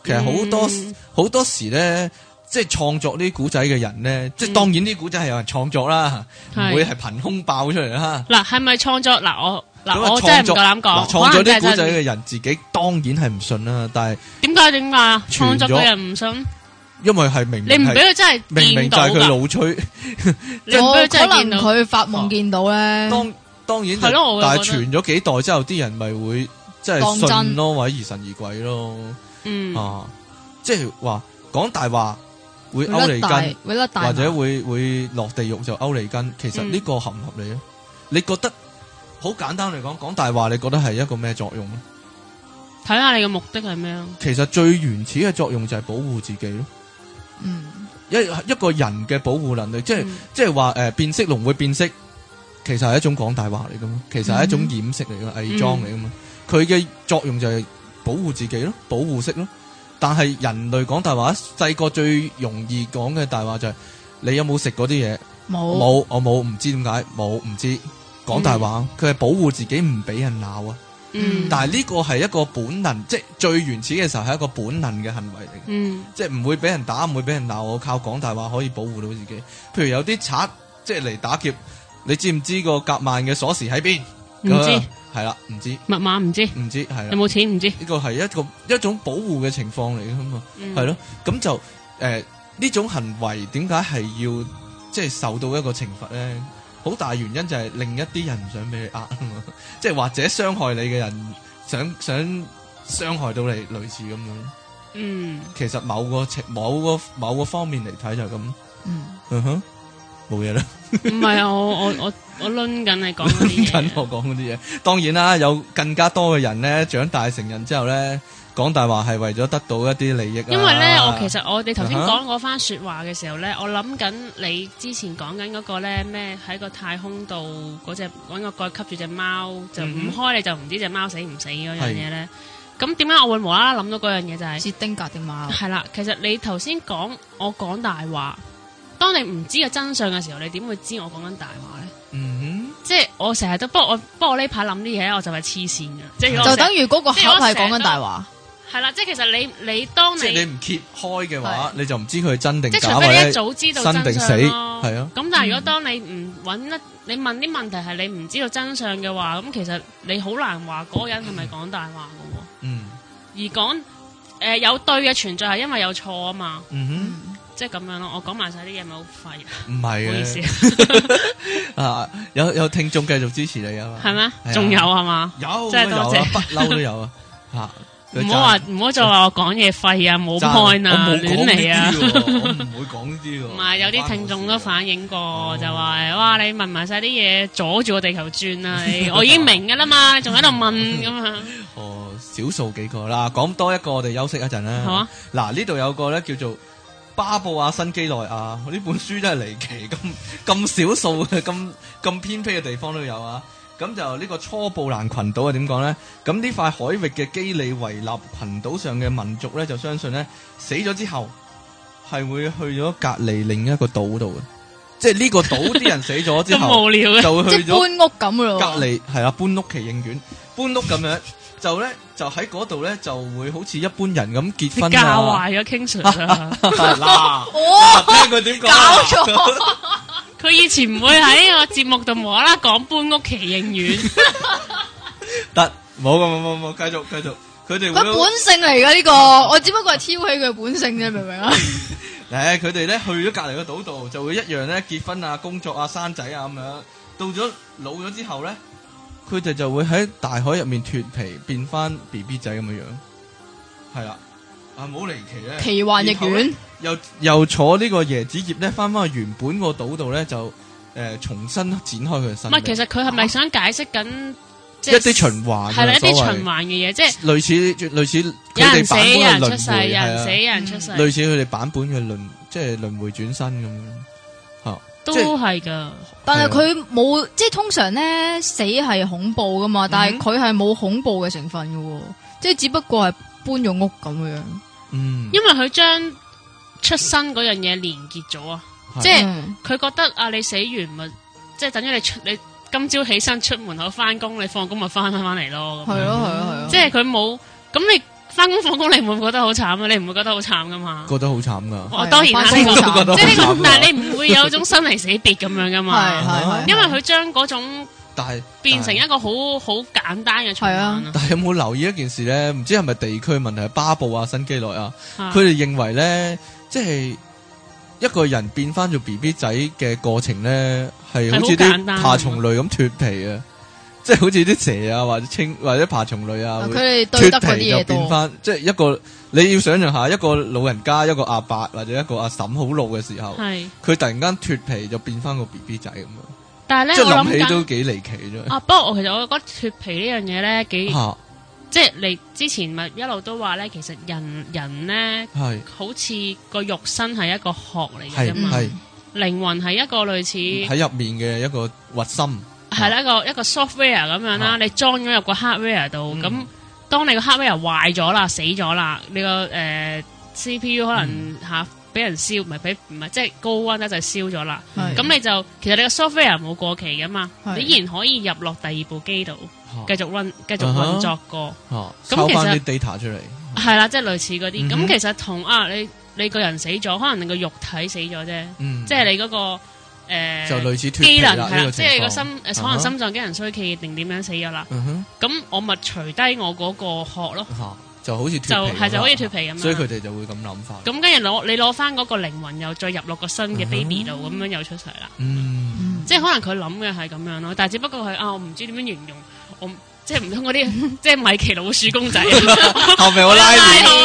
其實好多嗯好、多時咧，即係創作呢啲古仔嘅人咧，即係嗯當然呢啲古仔係有人創作啦，唔係會係憑空爆出嚟啦。嗱，係咪創作嗱我嗱咁啊我真係唔創作夠膽嗱，講，創可能真作啲係古仔真嘅人自己當然係唔信啦，但係點解點解啊？傳咗創作嘅人唔信，因為係明明你唔係俾佢真係明明見就到係佢㗎，老吹，你唔我俾佢哦可真係見能到。佢發夢見到咧，當當然就嗯係咯我但係覺得傳咗幾代之後，啲人咪會即當係真信咯，或者疑神疑鬼咯，嗯，啊，即係話講大話會勾會脷甩大根，，會甩大麻，嗯或者會會落地獄就勾脷根。其實呢個合唔合理咧？啊你覺得好簡單嚟講，講大話你覺得係一個咩作用咧？睇下你嘅目的係咩咯？其實最原始嘅作用就係保護自己咯。嗯，一一個人嘅保護能力，即係嗯即係話誒變色龍會變色，其實係一種講大話嚟噶嘛，其實係一種嗯掩飾嚟噶嘛，偽裝嚟噶嘛。佢嘅、作用就係保護自己咯，保護色咯。但係人類講大話，細個最容易講嘅大話就係、你有冇食嗰啲嘢？冇冇，我冇，唔知點解冇，唔知講大話。佢係、保護自己唔俾人鬧啊。嗯，但係呢個係一個本能，即係最原始嘅時候係一個本能嘅行為嚟嘅。嗯即係唔會俾人打，唔會俾人鬧，我靠講大話可以保護到自己。譬如有啲賊即係嚟打劫，你知唔知個夾萬嘅鎖匙喺邊？啊唔知係啦，唔知密碼唔知唔知係有啦。冇錢唔知，呢個係一個一種保護嘅啊情況嚟㗎嘛，嗯係咯、咁就誒呢、種行為點解係要即係受到一個懲罰咧？好大原因就係另一啲人唔想俾你呃啊嘛， 即係或者傷害你嘅人想想傷害到你，類似咁樣。嗯其實某個情某個某個方面嚟睇就係咁，嗯嗯哼，冇嘢啦，唔係啊，我我我 我攆緊你講嗰啲緊嘢，我講嗰啲嘢。當然啦，有更加多嘅人咧，長大成人之後咧，講大話係為咗得到一啲利益啊。因為咧，我其實我哋頭先啊哈講嗰番説話嘅時候咧，我諗緊你之前講緊嗰個咧咩喺個太空度嗰只揾個蓋吸住只貓，就唔嗯開你就唔知只貓死唔死嗰樣嘢咧。咁點解我會無啦啦諗到嗰樣嘢就係薛丁格定馬係啦，其實你頭先講我講大話，當你唔知嘅真相嘅時候，你點會知我講緊大話咧？嗯即係我成日都，不過我不過我呢排諗啲嘢，我就係黐線嘅，即係就等於嗰個盒即係我係成講日緊都大話，係啦，即係其實你你當即係你你唔揭開嘅話，你就唔知佢真定即係假除或非你一者早知道生定真死，相咯，係啊，咁但係如果當你唔揾一，你問啲問題係你唔知道真相嘅話，咁其實你好難話嗰個人係咪講大話嘅喎。嗯而講誒、呃有對嘅存在係因為有錯啊嘛，嗯即係咁樣咯。我講埋晒啲嘢咪好快，唔哼，唔係啊好意思嘅，啊，有有聽眾繼續支持你啊嘛，係係啊咩？仲有係嘛？有真係有多謝啊，不嬲 都有啊，吓，佢唔好話讚唔好再話我講嘢廢啊，冇 point 啊，我冇講亂呢嚟啊！啲喎我唔會講呢啲喎。唔係有啲聽眾都反映過，就話：哇，你問埋晒啲嘢，阻住個地球轉啊！ 你我已經明㗎啦嘛，仲喺度問咁啊？哦，少數幾個啦，講多一個，我哋休息一陣啦。好啊！嗱，呢度有個咧叫做巴布亞新幾內亞，呢本書真係離奇，咁 咁少數嘅，咁咁偏僻嘅地方都有啊。咁就呢個初步蘭群島係啊點講呢？咁呢塊海域嘅基里維納群島上嘅民族呢，就相信呢，死咗之後係會去咗隔離另一個島度嘅，即係呢個島啲人死咗 之咁後無聊嘅，就會即去係咗搬屋咁咯隔喎。離係啦，搬屋企應院，搬屋咁樣就咧就喺嗰度咧就會好似一般人咁結你婚教啊！壞咗 King Sir 啊！嗱，哦，聽佢點講搞啊？錯，佢以前唔會喺呢個節目度無啦啦講搬屋奇 應院，得冇冇冇冇冇，繼續繼續，佢哋佢會本性嚟噶呢個，我只不過係挑起佢本性啫，明唔明啊？誒佢哋咧去咗隔離個島度，就會一樣咧結婚啊、工作啊、生仔啊咁樣。到咗老咗之後咧，佢哋就會喺大海入面脱皮，變翻 B B 仔咁嘅樣。係啦，啊冇離奇咧， 奇幻逆然後呢卷，又又坐呢個椰子葉咧，翻翻去原本個島度咧，就誒、呃重新展開佢嘅唔生命。係其實佢係咪想解釋緊即一啲循環啊係啦一啲所謂循環嘅嘢，即係類似類似佢有人哋死版有本嘅人出輪世，迴，有人死係啊有人出世，類似佢哋版本嘅輪，即係輪迴轉身咁樣。嚇都即係係噶。但係啊佢冇，即係通常咧死係恐怖噶嘛，但係佢係冇恐怖嘅成分噶喎，即係只不過係搬咗屋咁樣，嗯，因為佢將出生嗰樣嘢連結咗啊，係即係嗯佢覺得啊，你死完咪即係等於你出你今朝起身出門口翻工，你放工咪翻翻翻嚟咯。咁係咯係咯係咯，即係佢冇咁你翻工放工，你唔會覺得好慘啊？你唔會覺得好慘噶嘛？覺得好慘㗎。我當然啦，呢工個都 覺得好即係呢慘個，但係你唔會有種生離死別咁樣噶係嘛？係係，因為佢將嗰種但係變成一但係個好好簡單嘅循環啊但係有冇留意一件事咧？唔知係咪地區問題，巴布啊、新幾內亞。啊佢哋認為咧，即係一個人變翻做 B B 仔嘅過程咧，係好似係好簡單啲爬蟲類咁脱皮啊， 即係好似啲蛇啊或者青或者爬蟲類啊，佢會哋對脱得嗰啲皮就嘢變多，翻，即係一個你要想象下一個老人家一個阿伯或者一個阿嬸好老嘅時候，係，佢突然間脱皮就變翻個 B B 仔咁樣，但係即咧係我諗諗起緊都幾離奇啫。啊，不過我其實我覺得脱皮呢樣嘢咧幾。嚇，即係你之前咪一路都話咧，其實人人咧係好似個肉身係一啊個殼嚟嘅係啫嘛，係靈魂係一個類似喺入面嘅一個核心，係啦一個一個 software 咁樣啊啦，你裝咗入個 hardware 度，嗯咁當你個 hardware 壞咗啦、死咗啦，你個呃誒 CPU 可嗯能嚇俾人燒，唔係俾唔係即係高溫咧就燒咗啦，係 咁你就其實你個 software 冇過期噶嘛，係你依然可以入落第二部機度嚇繼續運繼續哦啊哈運作過。咁嚇收其翻實啲 data 出嚟。係啦，即係類似嗰嗯啲。咁、哼其實同啊，你你個人死咗，可能你個肉體死咗啫，嗯，即係你嗰、個、呃、就類似脱機皮啦能呢係個啦，即情係你個況心啊誒，可哈能心臟機能衰竭定點樣死咗啦。嗯哼咁我咪除低我嗰個殼咯，嚇就好似就脱皮係就可以脱皮皮咁樣啦。所以佢哋就會咁諗法。咁跟住攞你攞翻嗰個靈魂，又再入落個新嘅 baby 度，咁樣又出世啦。嗯，嗯即係可能佢諗嘅係咁樣咯，但係只不過係啊，我唔知點樣形容，我唔即係唔通嗰 啲即係米奇拉鼠公仔，係後面有拉鏈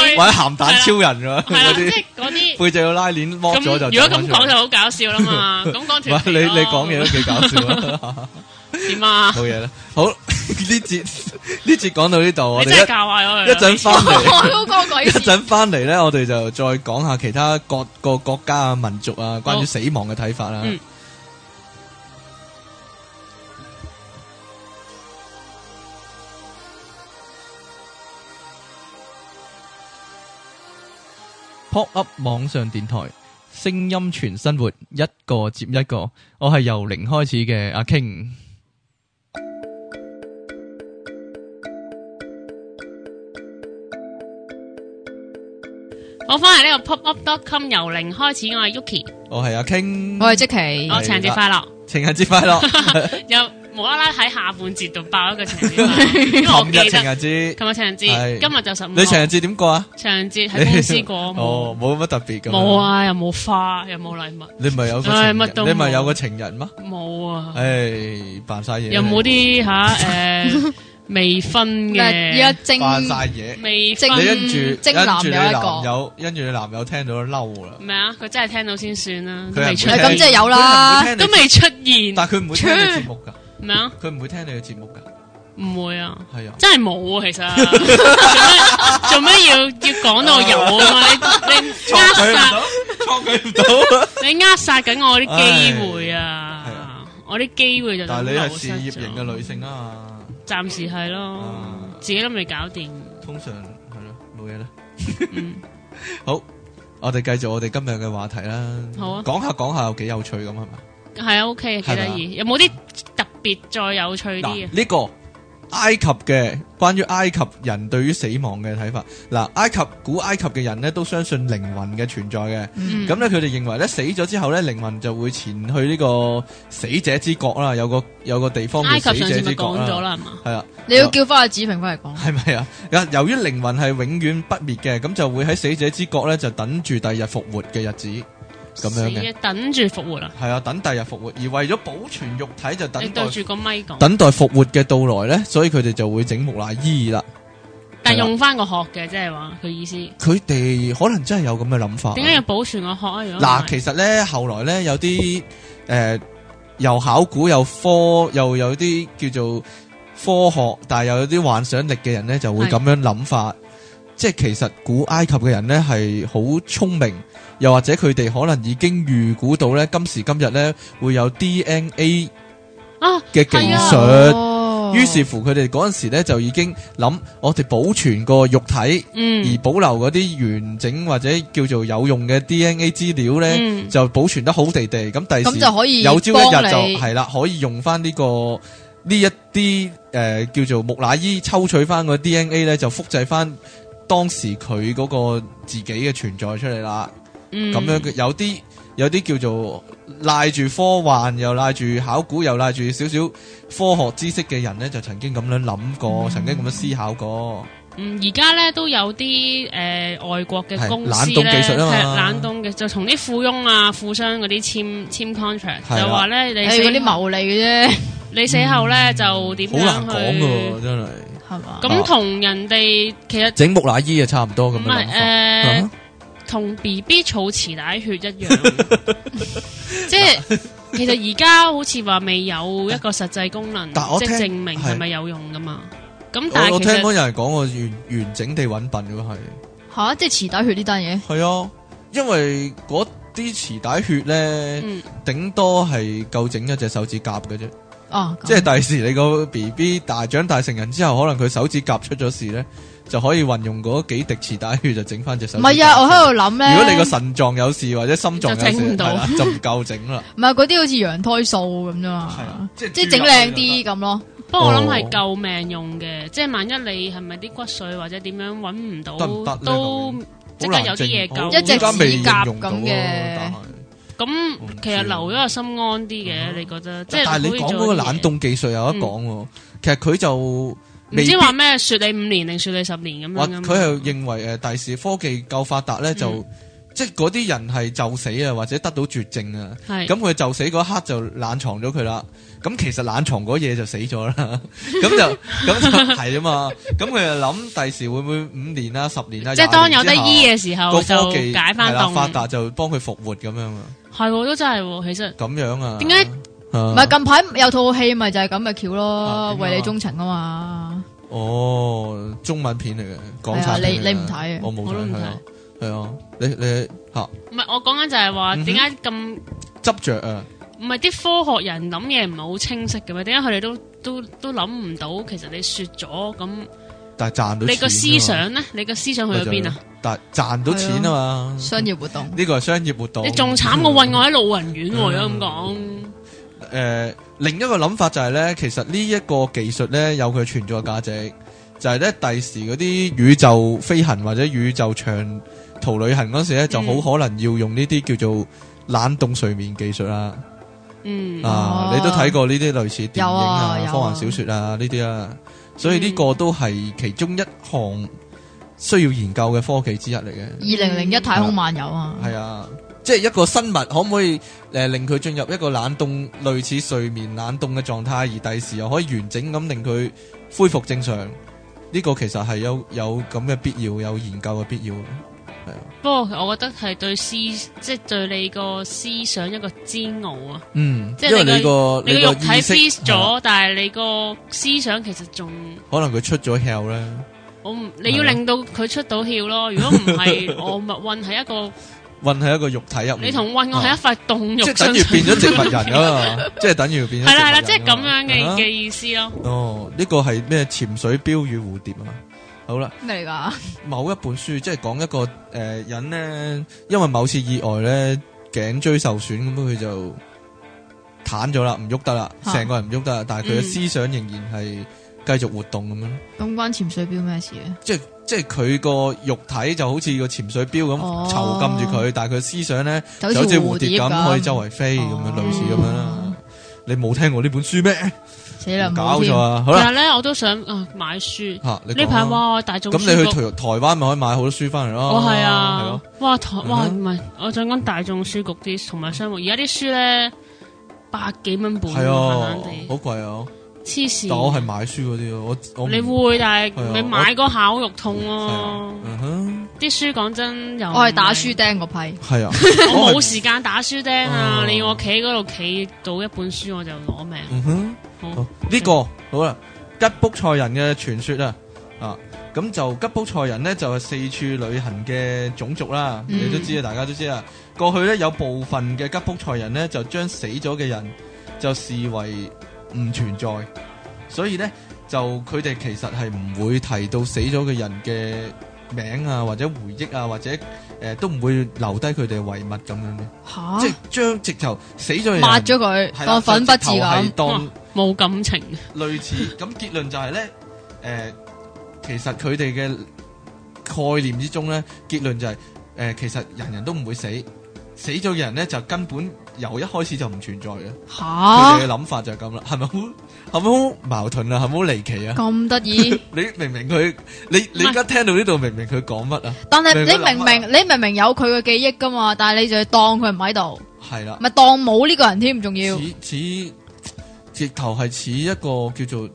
係或者鹹蛋超人㗎啦，嗰即啲係嗰 啲。背脊有拉鏈剝咁咗如果就整咁返講出嚟就好搞笑啦嘛，咁講 哇團你你講嘢都幾搞笑啊！ 點啊？冇嘢啦，好呢節呢節講到呢度，我你真係哋教壞啊我一一陣翻嚟。我都 講鬼 一事，陣翻嚟咧，我哋就再講下其他各個國家啊、民族啊，關於好死亡嘅睇法啦。嗯 pop up 網上電台，聲音全生活，一個接一個。我係由零開始嘅阿 King。我翻嚟呢個 popup.com 由零開始，我係 Yuki，我係阿 King，我系即期，我情人節快樂，情人節快 樂，又無啦啦喺下半節度爆一個情人節 快樂，因為我琴日記情得人節，琴日情人係節，今日就十五你情號，人節點過啊？情人 節喺公司過冇哦，冇乜特別㗎。冇！啊，又冇花，又冇禮物，你咪有個情唉人乜都冇你咪有個情人嗎？冇啊，唉，扮晒嘢。又冇啲吓誒 未婚而家嘅，正扮晒嘢。未正你婚跟住精跟男住你有一個男友，跟住你男友聽到都嬲啦。咩啊？佢真係聽到先算啦，都佢係未唔出會聽咁你即係有佢係唔啦會聽你都未出現但係佢唔會聽你節目㗎，咩啊？佢唔會聽你嘅節目 㗎，唔會啊。係啊。真系冇啊，其實 做咩做咩要要講到有啊嘛？ 你你扼 殺錯 佢唔到。你扼殺緊我啲機會唉係啊啊！我啲機會就但係你係係事業型嘅，女性啊暫時係咯嗯，自己都未搞 掂。嘛，通常係咯，冇嘢啦。嗯，好，我哋繼續我哋今日嘅話題啦。好啊講下講下又幾有趣咁係咪？係啊，OK，幾得意。有冇啲特別再有趣啲啊嗱嘅？呢個埃及嘅關於埃及人對於死亡嘅睇法，嗱埃及古埃及嘅人呢都相信靈魂嘅存在嘅。嗯咁咧，佢哋認為咧死咗之後咧，靈魂就會前去呢個死者之國啦，有個有個地方埃叫及上死者次咪之國啊講咗啦，啦，係嘛？係啦，你要叫翻阿子平翻嚟講，係咪啊？由於靈魂係永遠不滅嘅，咁就會喺死者之國咧就等住第日復活嘅日子，咁樣嘅死啊等住復活啊！係啊，等第日復活，而為咗保存肉體就你等待對住個咪講，等待復活嘅到來咧，所以佢哋就會整木乃伊啦。但係啦用翻個殼嘅，即係話佢意思。佢哋可能真係有咁嘅諗法。點解要保存個殼啊？如果唔啊嗱，係其實咧後來咧有啲誒、呃又考古又科又有啲叫做科學，但係又有啲幻想力嘅人咧就會係咁樣諗法。即係其實古埃及嘅人咧係好聰明，又或者佢哋可能已經預估到咧今時今日咧會有 DNA 啊，嘅技係啊術。哦於是乎，佢哋嗰陣時咧就已經諗，我哋保存個肉體，而嗯保留嗰啲完整或者叫做有用嘅 DNA 資料咧，嗯。就保存得好地地，咁第咁時就可以有朝一幫日你就係啦，可以用翻呢、個呢一啲诶叫做木乃伊抽取翻個 DNA 咧，就複製翻當時佢嗰個自己嘅存在出嚟啦。嗯咁、樣有啲有啲叫做賴住科幻，又賴住考古，又賴住少少科學知識嘅人咧，就曾經咁樣諗過，曾經咁樣思考過。嗯，而家咧都有啲誒、呃外國係嘅公司冷凍技術啊嘛係冷凍嘅就同啲富翁啊、富商嗰啲簽簽 contract，係啦就話咧你係死嗰啲牟利嘅啫，你死後咧就點嗯好難樣講去噶，真係係嘛？啊咁同人哋其實整木乃伊啊，差唔多咁唔樣係諗法。誒啊同 B B 儲臍帶血一 樣，即係其實而家好似話未有一個實際功能，即但我聽係證明係係咪有用噶嘛？咁但我我係其實聽講有人講我完完整地揾笨嘅係。吓，即係臍帶血呢單嘢，係啊，因為嗰啲臍帶血咧，嗯頂多係夠整一隻手指甲嘅啫。啊，咁即係第時你個 B B 大長大成人之後，可能佢手指甲出咗事咧，就可以運用嗰幾滴臍帶血就整翻隻手。唔係啊，我喺。度諗咧，如果你個腎臟有事或者心臟有就整事，唔到係啦就唔夠整啦。唔係嗰啲好似羊胎素咁啫嘛，即係即係整靚啲咁咯。不過我諗哦係救命用嘅，即係萬一你係咪啲骨髓或者點樣揾唔到，得唔得呢都即刻有啲嘢好難整救。一隻依家未指甲應用到咁嘅啊咁我唔知，其實留咗個心安啲嘅，嗯你覺得？即係但係但係你講講嗰個冷，凍技術有得講喎，其實佢就嗯唔未知必話咩説你五年定説你十年咁樣或㗎嘛嗯佢係認為誒呃第時科技夠發達咧，就、即係嗰啲人係就死啊，或者得到絕症啊。係咁佢就死嗰刻就冷藏咗佢啦。咁其實冷藏嗰嘢就死咗啦。 咁就咁就係啊嘛。咁佢就諗第時會唔會五年啦、十年啦，即係當有得醫嘅嘅時候個就科技解翻係啦發凍。達就幫佢復活咁樣啊，係喎，都真係喎，其實咁樣啊。點解啊？唔係近排有套戲咪就係咁嘅橋啊點樣咯，啊為你鍾情啊嘛，哦，中文片嚟嘅，港係產啊你片嚟你嘅唔睇啊我冇我都睇，唔係啊，係啊，你你嚇唔係我講緊就係話嗯哼點解咁執着啊。唔係啲科學人諗嘢唔係好清晰嘅咩？點解佢哋都都都諗唔到？其實你説咗咁。但係賺到啊你個個思想咧？你個思想去咗邊啊？？但係賺到錢啊嘛，商業活動。呢個係商業活動。你仲慘過運我喺老雲院喎，嗯如果咁誒、另一個諗法就係、呢，咧，其實呢一個技術咧有佢存在嘅價值，就係咧第時嗰啲宇宙飛行或者宇宙長途途旅行嗰時咧，就嗯好可能要用呢啲叫做冷凍睡眠技術啦。嗯，啊哦，你都睇過呢啲類似電影啊有啊、有啊科幻小說啊呢啲啊，所以呢個都係其中一項需要研究嘅科技之一嚟嘅。二零零一太空漫遊啊，係啊，即係一個生物可唔可以诶、呃令佢進入一個冷凍類似睡眠冷凍嘅狀態，而第時又可以完整咁令佢恢復正常？呢、個其實係有有咁嘅必要，有研究嘅必要。不過我覺得係對思，即係對你個思想一個煎熬啊！嗯，即因係為你你個你個個肉體意識 freeze 係啊咗，但係你個思想其實仲可能佢出咗 hell 咧。我唔，你係要咯令到佢出到竅咯。如果唔係， 我咪混喺一個混喺一個肉體入面，你同混我喺一塊凍肉嗯啊上，即係等於變咗植物人啊 嘛，即係等於變咗係啦係啦，即植係物人啊咁嘛樣嘅嘅啊意思咯。哦，呢個係咩？潛水標與蝴蝶啊嘛。好啦，咩嚟噶？某一本書即係講一個诶人咧，因為某次意外咧頸椎受損咁，佢就瘫咗啦，唔喐得啦，嚇成個人唔喐得啦，但係佢嘅嗯思想仍然係繼續活動咁樣咯。咁關潛水表咩事嘅？即係即係佢個肉體就好似個潛水標哦咁囚禁住佢，但係佢思想咧。就就好似蝴蝶蝶咁可以周圍飛咁哦樣，類似咁樣啦。你冇聽過呢本書咩？死啦，唔好搞添錯啊！好其啦，實咧，我都想啊買書。吓哦呢你講啦排哇，大眾咁書你局去台台灣咪可以買好多書翻嚟咯？我係哦係啊，，咯哇台哇嗯唔係，我想講大眾書局啲同埋商務，而家啲書咧百幾蚊本，係閒啊閒，好地貴啊！黐線。但我係買書嗰啲咯，我我你會，但係啊係你買嗰下好肉痛係啊咯。嗯哼，啲書講真又唔我係打書釘嗰批，係啊，我冇係時間打書釘啊！哦你要我企嗰度企到一本書我就攞命。嗯哼。好好，呢個好啦，吉卜賽人嘅傳說啊，啊，咁就吉卜賽人呢，就係四處旅行嘅種族啦，嗯你都知啊，大家都知啊。過去呢，有部分嘅吉卜賽人呢，就將死咗嘅人就視為唔存在，所以呢，就佢哋其實係唔會提到死咗嘅人嘅名啊，或者回憶啊，或者誒、呃都唔會留低佢哋嘅遺物咁樣嘅，吓即係將直頭死咗嘅人抹咗佢，係啦當粉筆字就直頭係咁。當哇冇感情，類似咁結論就係、呢，誒、其實佢哋嘅概念之中呢，結論就係、呃其實人人都唔會死，死咗嘅人呢，就根本由一開始就唔存在嘅。佢哋嘅吓諗法就係咁啦，係咪好係咪好矛盾啊？係咪好離奇啊？咁得 意，你明唔明佢，你你而家聽到呢度明唔明佢講乜啊？但係你你明白明明你明明有佢嘅記憶噶嘛，但係你就要當佢唔喺度，係啦，咪當冇呢個人添，仲要似似直頭係似一個叫做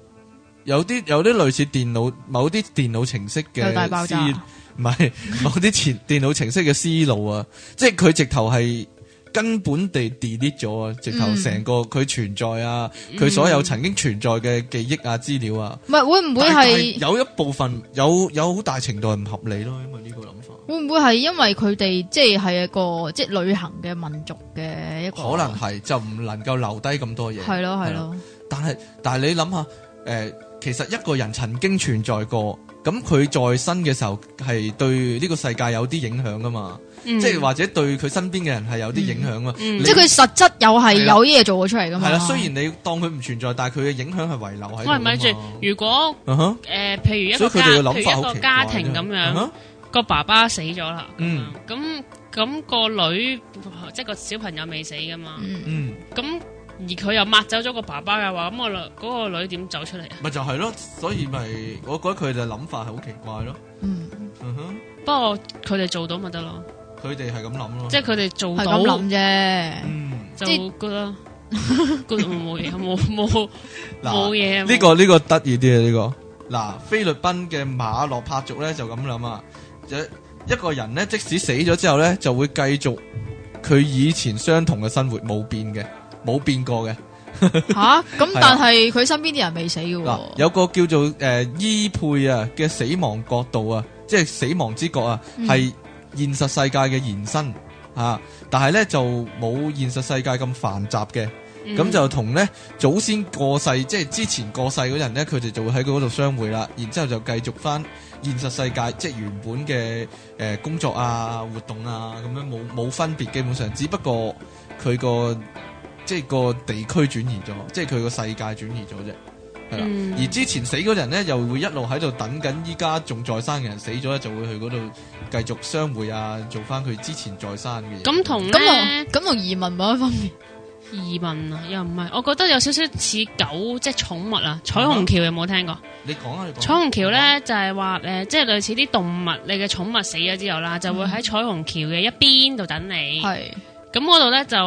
有啲有啲類似電腦某啲電腦程式嘅有大爆炸，思唔係 某啲前電腦程式嘅思路啊，即係佢直頭係根本地 delete 咗啊，直頭嗯成個佢存在啊，佢所有曾經存在嘅記憶啊、資料啊，唔係會唔會但係係有一部分有有好大程度係唔合理咯，因為呢個諗法會唔會係因為佢哋即係係一個即係旅行嘅民族嘅一個可能係就唔能夠留低咁多嘢，係咯係係咯，但係但係你諗下，誒、其實一個人曾經存在過，咁佢在生嘅時候係對呢個世界有啲影響噶嘛，嗯即係或者對佢身邊嘅人係有啲影響嘛。嗯你即係佢實質又係係啦有啲嘢做咗出嚟噶嘛。係啦，雖然你當佢唔存在，但係佢嘅影響係遺留喺度㗎嘛。喂，啊咪住，如果嗯哼誒譬如一所個以佢家，哋嘅譬如諗法一好奇個怪家庭咁嗯樣哼，個爸爸死咗啦，嗯咁咁個女即係個小朋友未死噶嘛，嗯嗯，咁而佢又抹走咗個爸爸嘅話，咁我女嗰個女點走出嚟啊？咪就係咯，所以咪我覺得佢哋嘅諗法係好奇怪咯。嗯嗯哼，不過佢哋做到咪得咯，哦佢哋係咁諗咯。即係佢哋做係到咁諗啫。 嗯，即就係 good 啦，good 冇嘢，冇冇冇嗱，嘢。呢個呢個得意啲啊，呢個嗱菲律賓嘅馬洛帕族咧就咁諗啊，就一個人咧即使死咗之後咧就會繼續佢以前相同嘅生活冇變嘅，冇變過嘅。吓咁係啊，但係佢身邊啲人未死嘅嗱，喎。有個叫做誒、呃、伊佩啊嘅死亡角度啊，即係死亡之角啊，嗯係、現實世界嘅延伸啊，但係呢，就冇現實世界咁繁雜嘅，咁、嗯就同呢祖先過世，即係之前過世嗰人呢，佢哋就會喺嗰度相會啦，然之後就繼續翻現實世界，即係原本嘅誒、呃工作啊、活動啊咁樣冇冇分別，基本上，只不過佢個即係個地區轉移咗，即係佢個世界轉移咗啫。係啦。嗯而之前死嗰人咧，又會一路喺度等緊，依家仲在生嘅人死咗咧，就會去嗰度繼續相會啊，做翻佢之前在生嘅嘢。咁同咁咧同咁同移民冇一方面，移民啊，又唔係，我覺得有少少似狗，即係寵物啊。彩嗯虹橋有冇聽過？你講哦啊，你講啊。彩虹橋咧就係話誒，即係類似啲動物，你嘅寵物死咗之後啦，就會喺彩虹橋嘅一邊度等你。嗯係咁嗰度咧就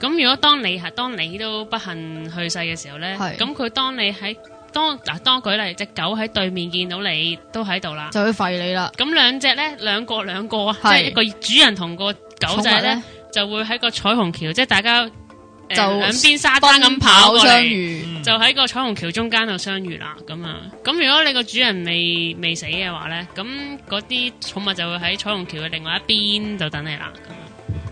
咁，如果當你係當你都不幸去世嘅時候咧，係咁佢當你喺當嗱當舉例，只狗喺對面見到你都喺度啦。就會吠你啦。咁兩隻咧，兩個兩個啊，即係一係個主人同個狗仔寵物咧，就會喺個彩虹橋，即係大家誒就兩邊沙灘咁跑過相嚟，嗯遇，嗯就喺個彩虹橋中間度相遇啦。咁啊，咁如果你個主人未未死嘅話咧，咁嗰啲寵物就會喺彩虹橋嘅另外一邊就等你啦。咁樣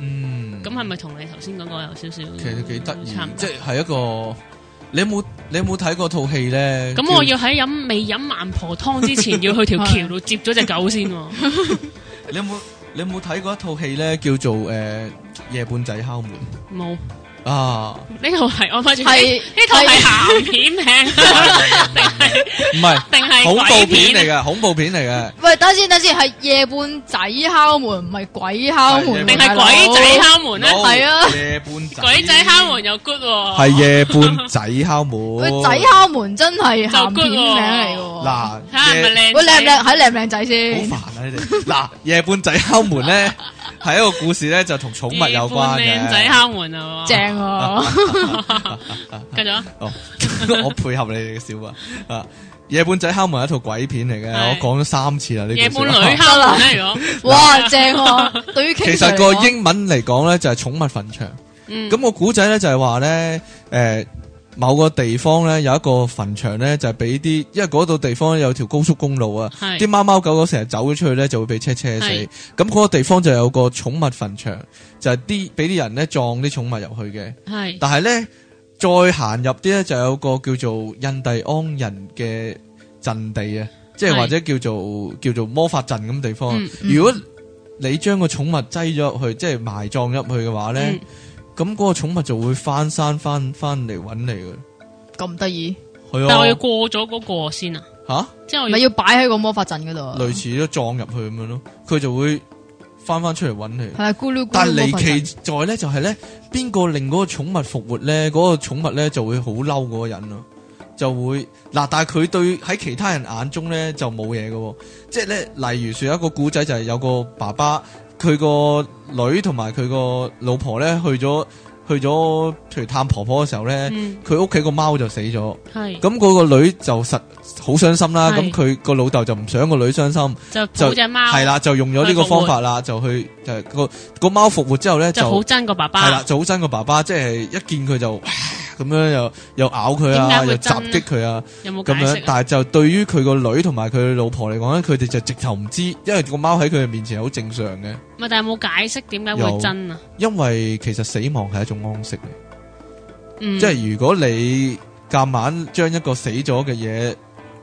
嗯，咁係咪同你頭先嗰個有少少？其實都幾得意差唔，即多。係一個你有冇你有冇睇過套戲咧？咁叫我要喺飲未飲孟婆湯之前，要去 條橋度接咗只狗先喎。你有冇你有冇睇過一套戲咧？叫做誒夜半仔敲門 冇，啊，呢套係我咪住呢係呢套係鹹片名，定係唔係定係恐怖鬼片嚟㗎？嘅，恐怖片嚟嘅，喂，等先，等先，係夜半仔敲門，唔係鬼敲門，啊定係定大佬鬼仔敲門咧？ No，係啊夜半仔鬼仔敲門又 good 喎，係啊夜半仔敲門，喂，仔敲門真係鹹片名嚟嘅喎。嗱睇下係咪靚夜喂，靚唔仔？靚？睇靚唔靚仔先？好煩啊！你哋嗱，夜半仔敲 門咧，係一個故事咧，就同寵物有關夜半靚仔嘅。敲門啊！正， 喎，繼續啊！哦， 我配合你哋嘅笑話啊！夜半仔敲門係一套鬼片嚟嘅，係我講咗三次啦呢夜句半笑女話。敲門咧，如果哇，正喎！對 於其實實個英文嚟講咧就係寵物墳場。嗯咁個古仔咧就係話咧，誒某個地方咧有一個墳場咧就係俾啲，因為嗰度地方有條高速公路啊，係啲貓貓狗狗成日走咗出去咧，就會俾車車死。係咁嗰個地方就有個寵物墳場，就係啲俾啲人咧撞啲寵物入去嘅。係但係咧，再行入啲咧就有個叫做印第安人嘅陣地啊，即係係或者叫做叫做魔法陣咁地方。啊嗯嗯如果你將個寵物擠咗入去，即係埋葬入去嘅話咧，嗯咁嗰、個寵物就會翻山翻翻嚟揾你嘅。咁得意，係但我要啊，過咗嗰個先啊，吓、即係我咪要擺喺個魔法陣嗰度啊？類似都撞入去咁樣咯，佢就會翻翻出嚟揾你。係啊，咕嚕咕嚕。但離奇在咧就係咧，邊個令嗰個寵物復活咧？嗰、個寵物咧就會好嬲嗰個人咯，就會嗱，但係佢對喺其他人眼中咧就冇嘢嘅喎，即係咧，例如說有一個古仔就係有個爸爸，佢個女同埋佢個老婆咧去咗去咗，譬如探婆婆嘅時候咧，嗯佢屋企個貓就死咗，係咁嗰個女就實好傷心啦，係咁佢個老豆就唔想個女傷心。就抱只貓系啦，就用咗呢個方法啦，就去就係個個貓復活之後咧，就就好憎個爸爸係啦，就好憎個爸爸，即係一見佢就咁樣又又咬佢點啊，解又會襲憎呢擊佢啊，有冇咁解樣。釋啊？但係就對於佢個女同埋佢老婆嚟講咧，佢哋就直頭唔知，因為個貓喺佢哋面前係好正常嘅，咪但係冇解釋點解會有真啊？因為其實死亡係一種安息嚟，嗯，即係如果你夾硬將一個死咗嘅嘢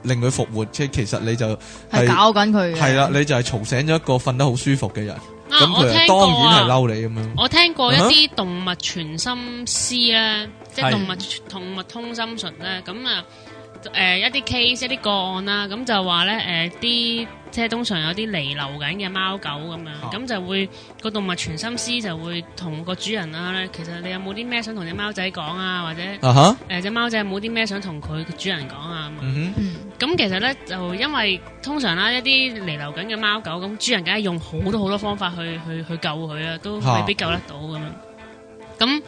令佢復活，即係其實你就係搞緊佢嘅。係啦，你就係嘈醒咗一個瞓得好舒服嘅人，咁啊啊，我佢聽就當過然係啊。嬲你咁樣。我聽過一啲動物全心思咧，即係係動物動物通心術咧，咁啊誒一啲 case 一啲個案啦，咁就話咧誒啲即係通常有啲離流緊嘅貓狗咁樣，咁就會個動物全心思就會同個主人啦，其實你有冇啲咩想同只貓仔講啊，或者啊哈，誒只貓仔有冇啲咩想同佢主人講啊咁啊嗯嗯，咁其實咧就因為通常啦，一啲離流緊嘅貓狗，咁主人梗係用好多好多方法去去去救佢啦，都嚇未必救得到咁樣。咁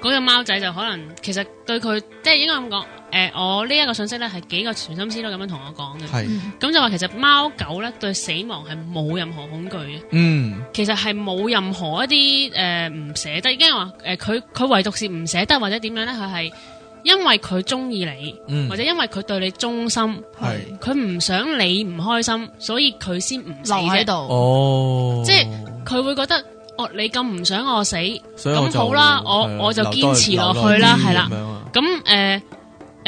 嗰只貓仔就可能其實對佢即係應該咁講，誒、我呢一個信息咧係幾個全心思都咁樣同我講嘅。哼，係，咁就話其實貓狗咧對死亡係冇任何恐懼嘅，嗯，其實係冇任何一啲誒唔捨得，因為話誒佢佢唯獨是唔捨得或者點樣咧，佢係因為佢中意你，嗯，或者因為佢對你忠心。係佢唔想你唔開心，所以佢先唔死留喺啫。度。哦，即係佢會覺得，哦，你咁唔想我死，咁所以我咁就好啦我係啊我就留多堅持落去啦留多啲係啦咁樣啊誒誒，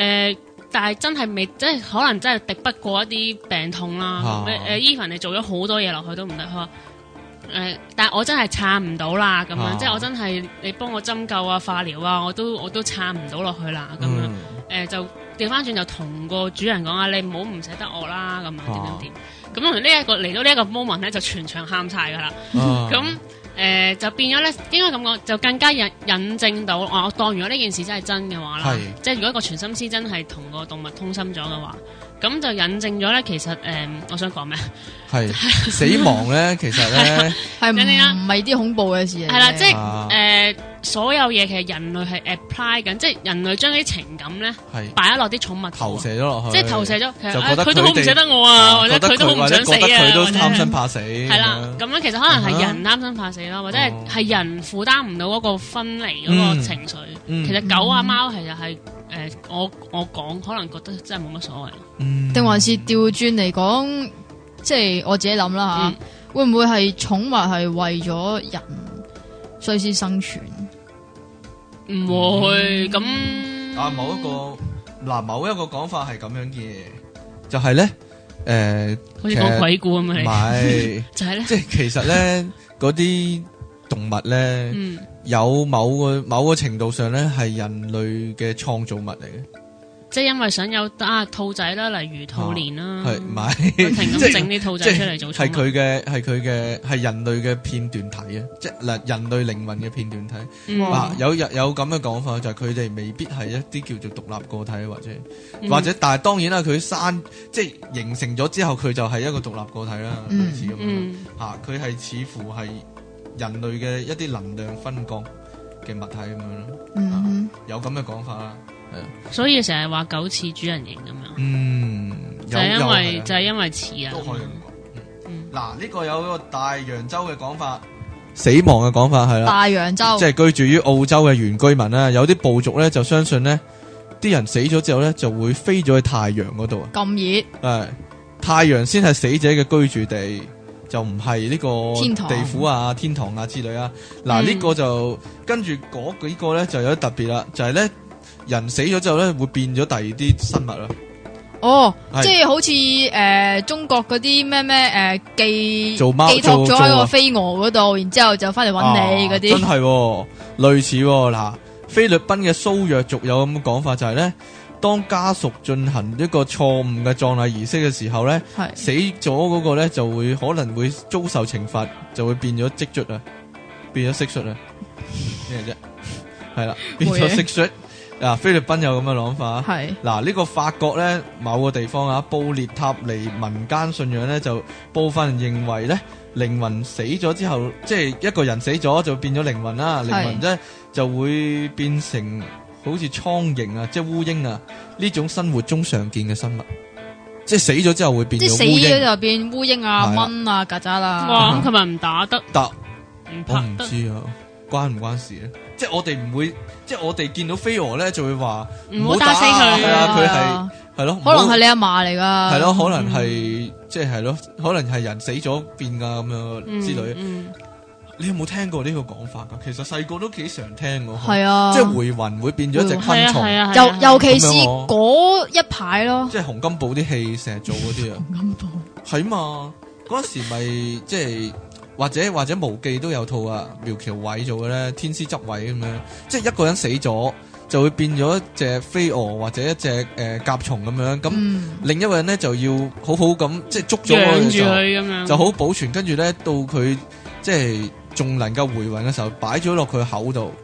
呃但係真係未，即係可能真係敵不過一啲病痛啦啊。誒、even 你做咗好多嘢落去都唔得，佢話誒，但係我真係撐唔到啦，咁樣，啊即係我真係你幫我針灸啊、化療啊，我都我都撐唔到落去啦，咁樣。嗯誒就調翻轉就同個主人講啊，你唔好唔捨得我啦，咁樣點點點。咁當然呢一個嚟到呢一個 moment 咧，就全場喊晒㗎啦。哦咁誒、呃就變咗咧，應該咁講，就更加引引證到，啊我當如果呢件事真係真嘅話啦係，即係如果一個全心思真係同個動物通心咗嘅話，咁就引證咗咧，其實誒、呃我想講咩？ 系死亡咧，其實咧系唔你哋啊唔系啲恐怖嘅事嚟嘅？係啦，即係誒、啊呃所有嘢其實人類係 apply 緊，即係人類將啲情感咧係擺咗落啲寵物度投啊射咗落去，即係投射咗，其實就啊覺得佢都好唔佢哋捨得我啊，或者覺得佢都好唔或者想死覺得啊，佢都或者貪生怕死，係啦咁，樣咁樣其實可能啊哈係人貪生怕死咯，或者哦係係人負擔唔到嗰個分離嗰個嗯情緒。嗯其實狗啊貓其實係誒，我我講可能覺得真係冇乜所謂。嗯定還是調轉嚟講，即係我自己諗嗯啊啦吓，會唔會係寵物係為咗人所以先生存？嗯唔會咁啊，某一個嗱，某一個講法係咁樣嘅，就係咧，诶，好似講鬼故咁唔樣 嚟，係，就係咧，即係其實咧嗰啲動物咧。嗯有某個某個程度上咧，係人類嘅創造物嚟嘅，即係因為想有啊兔仔啦，例如兔年啦，係唔不係？停嗯 即咁係整啲兔仔出嚟做寵係物佢嘅係佢嘅係人類嘅片段體啊，即係嗱人類靈魂嘅片段體。嗯嗱、有有有咁嘅講法，就係佢哋未必係一啲叫做獨立個體，或者、嗯或者，但係當然啦，佢生即係形成咗之後，佢就係一個獨立個體啦，嗯類似咁樣嗯嚇。佢係、似乎係人類嘅一啲能量分割嘅物體咁樣咯，嗯有咁嘅講法啦。所以成日話狗似主人形咁樣。嗯，就有係因為有係啊就係因為似啊，都可以咁講。嗯嗯嗱，呢個有一個大洋洲嘅講法，死亡嘅講法係哼，啦，大洋洲啊即係居住於澳洲嘅原居民啦。有啲部族咧就相信咧，啲人死咗之後咧就會飛咗去太陽嗰度啊，咁係太陽先係死者嘅居住地。就唔係呢天堂個地府啊、天堂啊之類啊。嗱，嗯呢個就跟住嗰幾個咧就有啲特別啦，就係咧人死咗之後咧會變咗第二啲生物啦。熱，哦，係即係好似诶中國嗰啲咩咩诶寄做貓寄托做咗喺做個飛蛾嗰度，然之后就翻嚟揾你嗰啊真啲，係喎，類似喎嗱，菲律賓嘅蘇若族有咁嘅講法就係咧，當家屬進行一個錯誤嘅葬禮儀式嘅時候咧，係死咗嗰個咧就會可能會遭受懲罰，就會變咗積卒啊，變咗蟋 蟀啊，咩啫？係啦，變咗冇嘢蟋蟀啊！菲律賓有咁嘅諗法。啊係嗱，呢個法國呢，某個地方啊，布列塔尼民間信仰呢，就部分人認為呢，靈魂死咗之後，即係一個人死咗就變咗靈魂啦，靈魂呢就會變成好似蒼蠅啊，即係烏蠅啊呢種生活中常見嘅生物，即係死咗之後會變即係咗死烏咗蠅。就變烏蠅啊、係啊蚊啊、曱甴啦，哇！咁佢咪唔打得，但唔我拍唔得，知啊，關唔關事咧？即係我哋唔會，即係我哋見到飛蛾呢，就會話唔好打死係啊佢。佢係啊係咯，唔好可能係你阿嫲嚟噶，系咯，可能係即係咯，可能係人死咗變噶咁樣之類。嗯，你有冇聽過呢個講法噶？其實細個都幾常聽噶，係啊，即係回魂會變咗一隻嗯係昆啊係蟲，啊，尤尤其是咁樣咯嗰一排咯，即係洪金寶啲戲成日做嗰 啲啊，係嘛？嗰陣時咪即係或者或者無記都有套啊，苗僑偉做嘅咧，天師執位咁樣，即係一個人死咗就會變咗一隻飛蛾或者一隻诶甲蟲咁樣，咁嗯，另一個人咧就要好好咁即係捉咗嗰個養人住就佢咁樣，就好保存，跟住咧到佢即係仲能夠回魂嘅時候，擺咗落佢口度，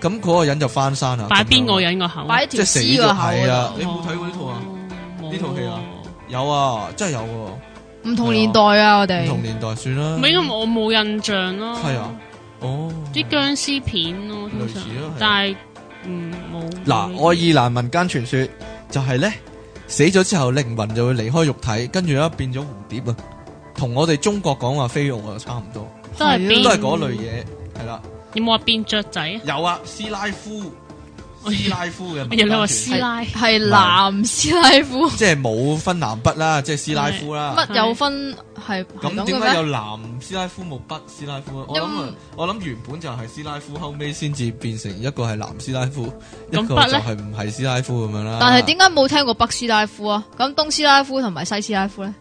咁嗰個人就翻山啊啦。擺咁樣邊個人個口？擺即條係死屍咗個口係啊嗰！度你冇睇過呢套啊？哦冇呢套戲啊？有啊，真係有喎、唔同年代啊，我唔哋同年代算啦。唔係因為我冇印象咯。係啊，哦。啲僵屍片咯，通常類似咯係啊，但係嗯冇。嗱，愛爾蘭民間傳說就係咧，死咗之後靈魂就會離開肉體，跟住咧變咗蝴蝶啊，同我哋中國講話飛蛾啊差唔多，都係變變都係嗰類。嘢，係啦。有冇話變雀仔啊？有啊，斯拉夫，斯拉夫嘅民我以為間你話傳師說。奶，係南斯拉夫，即係冇分南北啦，即係斯拉夫啦。乜有分係係咁咁點解嘅有咩？南斯拉夫冇北斯拉夫啊？我諗啊因我諗原本就係斯拉夫，後尾先至變成一個係南斯拉夫，一咁個北就呢係唔係斯拉夫咁樣啦。但係點解冇聽過北斯拉夫啊？咁東斯拉夫同埋西斯拉夫咧，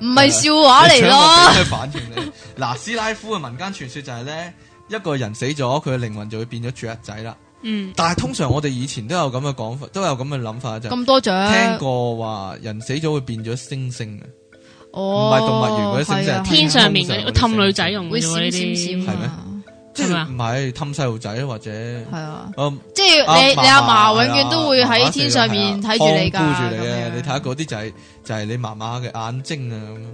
唔係笑話嚟你咯，想我俾咩反應你？嗱，斯拉夫嘅民間傳說就係咧，一個人死咗，佢嘅靈魂就會變咗雀仔啦。嗯，但係通常我哋以前都有咁嘅講法，都有咁嘅諗法就係咁多獎，聽過話人死咗會變咗星星嘅，唔哦，係動物園嗰啲星係啊星，係啊天上面嗰啲通氹常嗰啲星星女仔用會嘅閃喎呢閃閃啲，係咩啊，即係係唔係氹細路仔或者係啊，嗯即係啊你嫲你阿嫲嫲永遠都會係啊喺天上面睇住你㗎，看顧住你啊！咁樣你睇下嗰啲就係就係你媽媽嘅眼睛啊咁樣。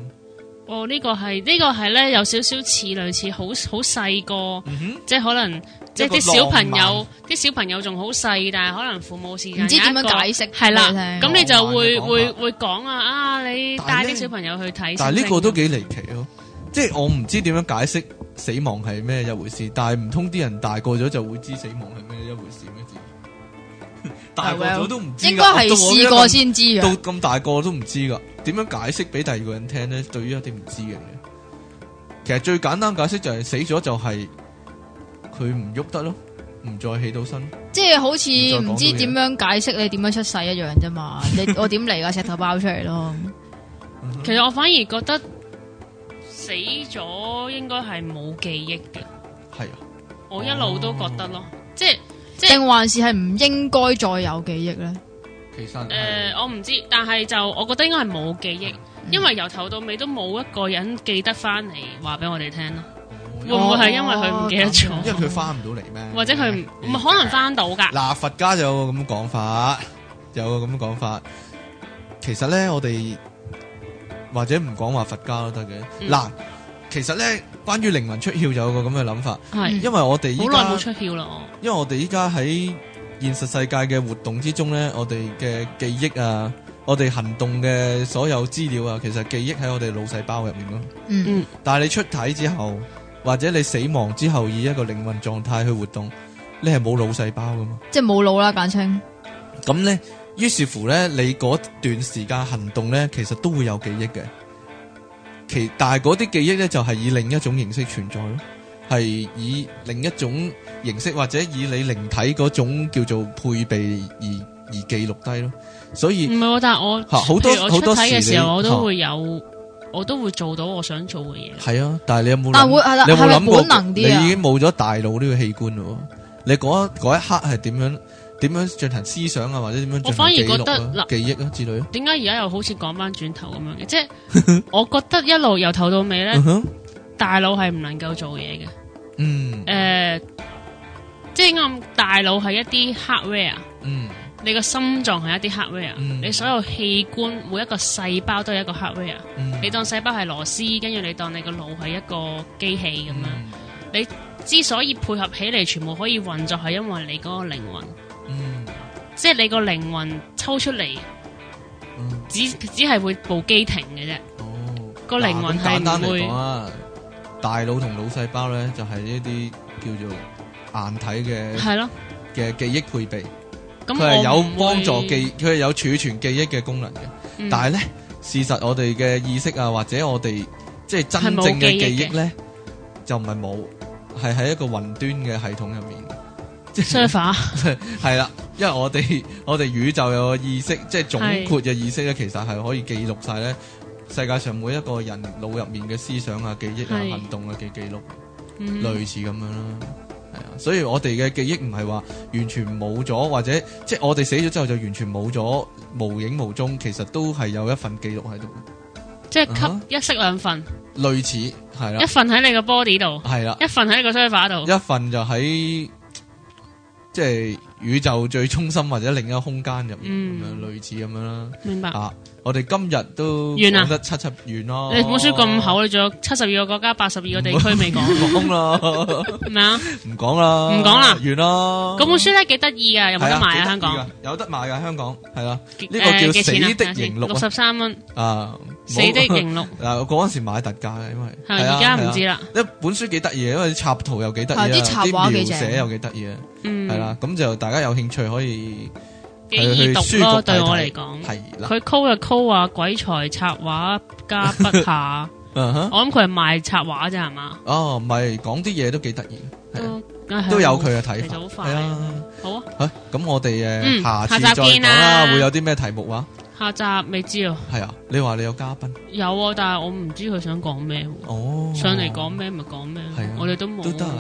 哦呢個係呢個係咧有少少似類似好好細個，嗯哼。即係可能即係一個啲小朋浪友啲小朋友仲好細，但係可能父母時間唔知有一點個樣解釋係啦，俾咁你你哦就會啊浪漫嘅會講法會講啊啊！你但係帶呢啲小朋友去睇星星，但係啊呢個都幾離奇咯，即係我唔知點樣解釋死亡係咩一回事，但係唔通啲人大個咗就會知死亡係咩一回事咩？自己 大個咗都唔知㗎，聽應該係我到我呢試個過先知到嘅，咁大個都唔知㗎，點樣解釋俾第二個人聽呢？對於一啲唔知嘅嘢，其實最簡單解釋就係死咗就係佢唔喐得咯，唔再起到身。即係好似唔再講唔知點樣解釋你點樣出世一樣啫嘛。你 我點嚟㗎？石頭爆出嚟咯，其實我反而覺得死咗應該係冇記憶嘅，係啊，我一路都覺得咯，哦即係即係定還是係唔應該再有記憶咧？其實誒係，嗯我唔知，但係就我覺得應該係冇記憶，因為由頭到尾都冇一個人記得翻嚟話俾我哋聽咯，會唔會係因為佢唔記得哦咗，因為佢翻唔到嚟咩？或者佢唔唔可能翻到㗎？嗯嗱，佛家就有個咁講法，有個咁講法。其實咧，我哋或者唔講話佛家都得嘅。嗯嗱、其實咧，關於靈魂出竅有個咁嘅諗法，係因為我哋依嗯好耐冇家，出竅啦，我因為我哋依家喺現實世界嘅活動之中咧，我哋嘅記憶啊，我哋行動嘅所有資料啊，其實記憶喺我哋腦細胞入面咯。嗯，嗯但係你出體之後，或者你死亡之後，以一個靈魂狀態去活動，你係冇腦細胞噶嘛？即係冇腦啦，簡稱 咁呢，於是乎呢，你嗰段時間行動呢，其實都會有記憶嘅。其但係嗰啲記憶呢，就係、以另一種形式存在咯，係以另一種形式或者以你靈體嗰種叫做配備而而記錄低咯。所以嗯唔係喎，但係我嚇好多譬如我好出多體嘅時你時候，我嚇都會有，我都會做到我想做嘅嘢。係啊，但係你有冇諗？但會係啦你有冇諗過係咪本能你啲啊已經冇咗大腦呢個器官咯？你嗰一嗰一刻係點樣點樣進行思想啊，或者點樣我進反而行記覺錄得啊、嗱記憶啊之類啊？點解而家又好似講翻轉頭咁樣嘅？即係 我覺得一路由頭到尾咧嗯，哼，大腦係唔能夠做嘢嘅。嗯诶、即係咁，大腦係一啲 hardware，嗯。你個心臟係一啲 hardware，、嗯你所有器官每一個細胞都係一個 hardware。嗯你當細胞係螺絲，跟住你當你個腦係一個機器咁樣。嗯之所以配合起嚟，全部可以運作，係因為你嗰個靈魂，嗯即係你個靈魂抽出嚟，嗯只只係會部機停嘅啫。哦，個靈魂嗱咁簡單係唔嚟會講啊，大腦同腦細胞咧就係一啲叫做硬體嘅係咯，嘅記憶配備，咁佢係我有唔會幫助記，佢係有儲存記憶嘅功能嘅。嗯但係咧，事實我哋嘅意識啊，或者我哋即係真正係冇記嘅憶嘅記憶咧，就唔係冇，係喺一個雲端嘅系統入面。即係 server 系啦，因為我哋 我哋宇宙有個意識，即係總括嘅意識咧，其實係可以記錄晒咧世界上每一個人腦入面嘅思想啊、記憶啊、係行動啊嘅記錄，嗯類似咁樣啦。係啊，所以我哋嘅記憶唔係話完全冇咗，或者即係我哋死咗之後就完全冇咗，無影無蹤，其實都係有一份記錄喺度，即係啊哈啊吸一式兩份，類似係一啦，份喺你個 body 度，係啦，一份喺你個 server 度。一份就喺即係宇宙最中心或者另一個空間入面咁嗯樣，類似咁樣啦。明白。啊！我哋今日都完啦講得七七完咯。你本書咁厚，你仲有七十二個國家、八十二個地區未 講，唔 講啦，係咪啊？唔講啦，唔講啦完啦。嗰本書咧幾得意噶，有冇哦係得賣啊？幾香得港意㗎有得賣噶，香港係啦。呢個叫死的型錄啊六十三蚊，啊，死的 冇型錄嗱，我嗰陣時買特價嘅，因為係而家唔知啦。啦。一本書幾得意嘅，因為啲插圖又幾得意啊，係啲插畫啲幾描正寫又幾得意啊，嗯，係啦。咁就大家有興趣可以幾去易去讀書咯，局對我睇嚟睇講，係啦。佢 call 就 call 啊，鬼才插畫家筆 下，嗯哼我諗佢係賣插畫啫，係嘛？哦，唔係講啲嘢都幾得意，係啊都啊係都有佢嘅睇其實好法，快係啊。好啊，好咁我哋誒嗯下下次再集講見啦，啦會有啲咩題目話？下集未知啊，係啊，你話你有嘉賓，有啊，但係我唔知佢想講咩喎，哦，上嚟講咩咪講咩係啊，我哋都冇都得啊。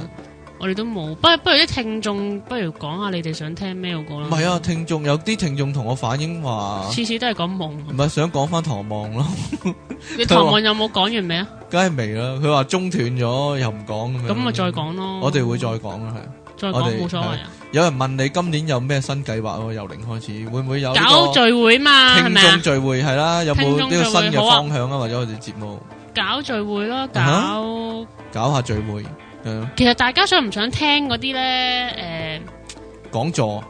我哋都冇。不不如啲聽眾，不如講下你哋想聽咩好過啦。唔系啊，聽眾有啲聽眾同我反映話，次次都係講 唔夢。係想講翻唐望咯， 你唐望有冇講完未啊？梗係未啦。佢話中斷咗又唔講咁樣。咁咪再。講咯。嗯我哋會再講啦，係。再我講哋冇所謂啊。有人問你今年有咩新計劃喎？由零開始，會唔會啊有呢搞個聚會嘛，係聽咪眾啊？聚會係啦？有冇呢個聽新眾聚嘅會好啊方向啊？或者我哋節目搞聚會咯，啊哈搞。搞下聚會，誒其實大家想唔想聽嗰啲咧？講座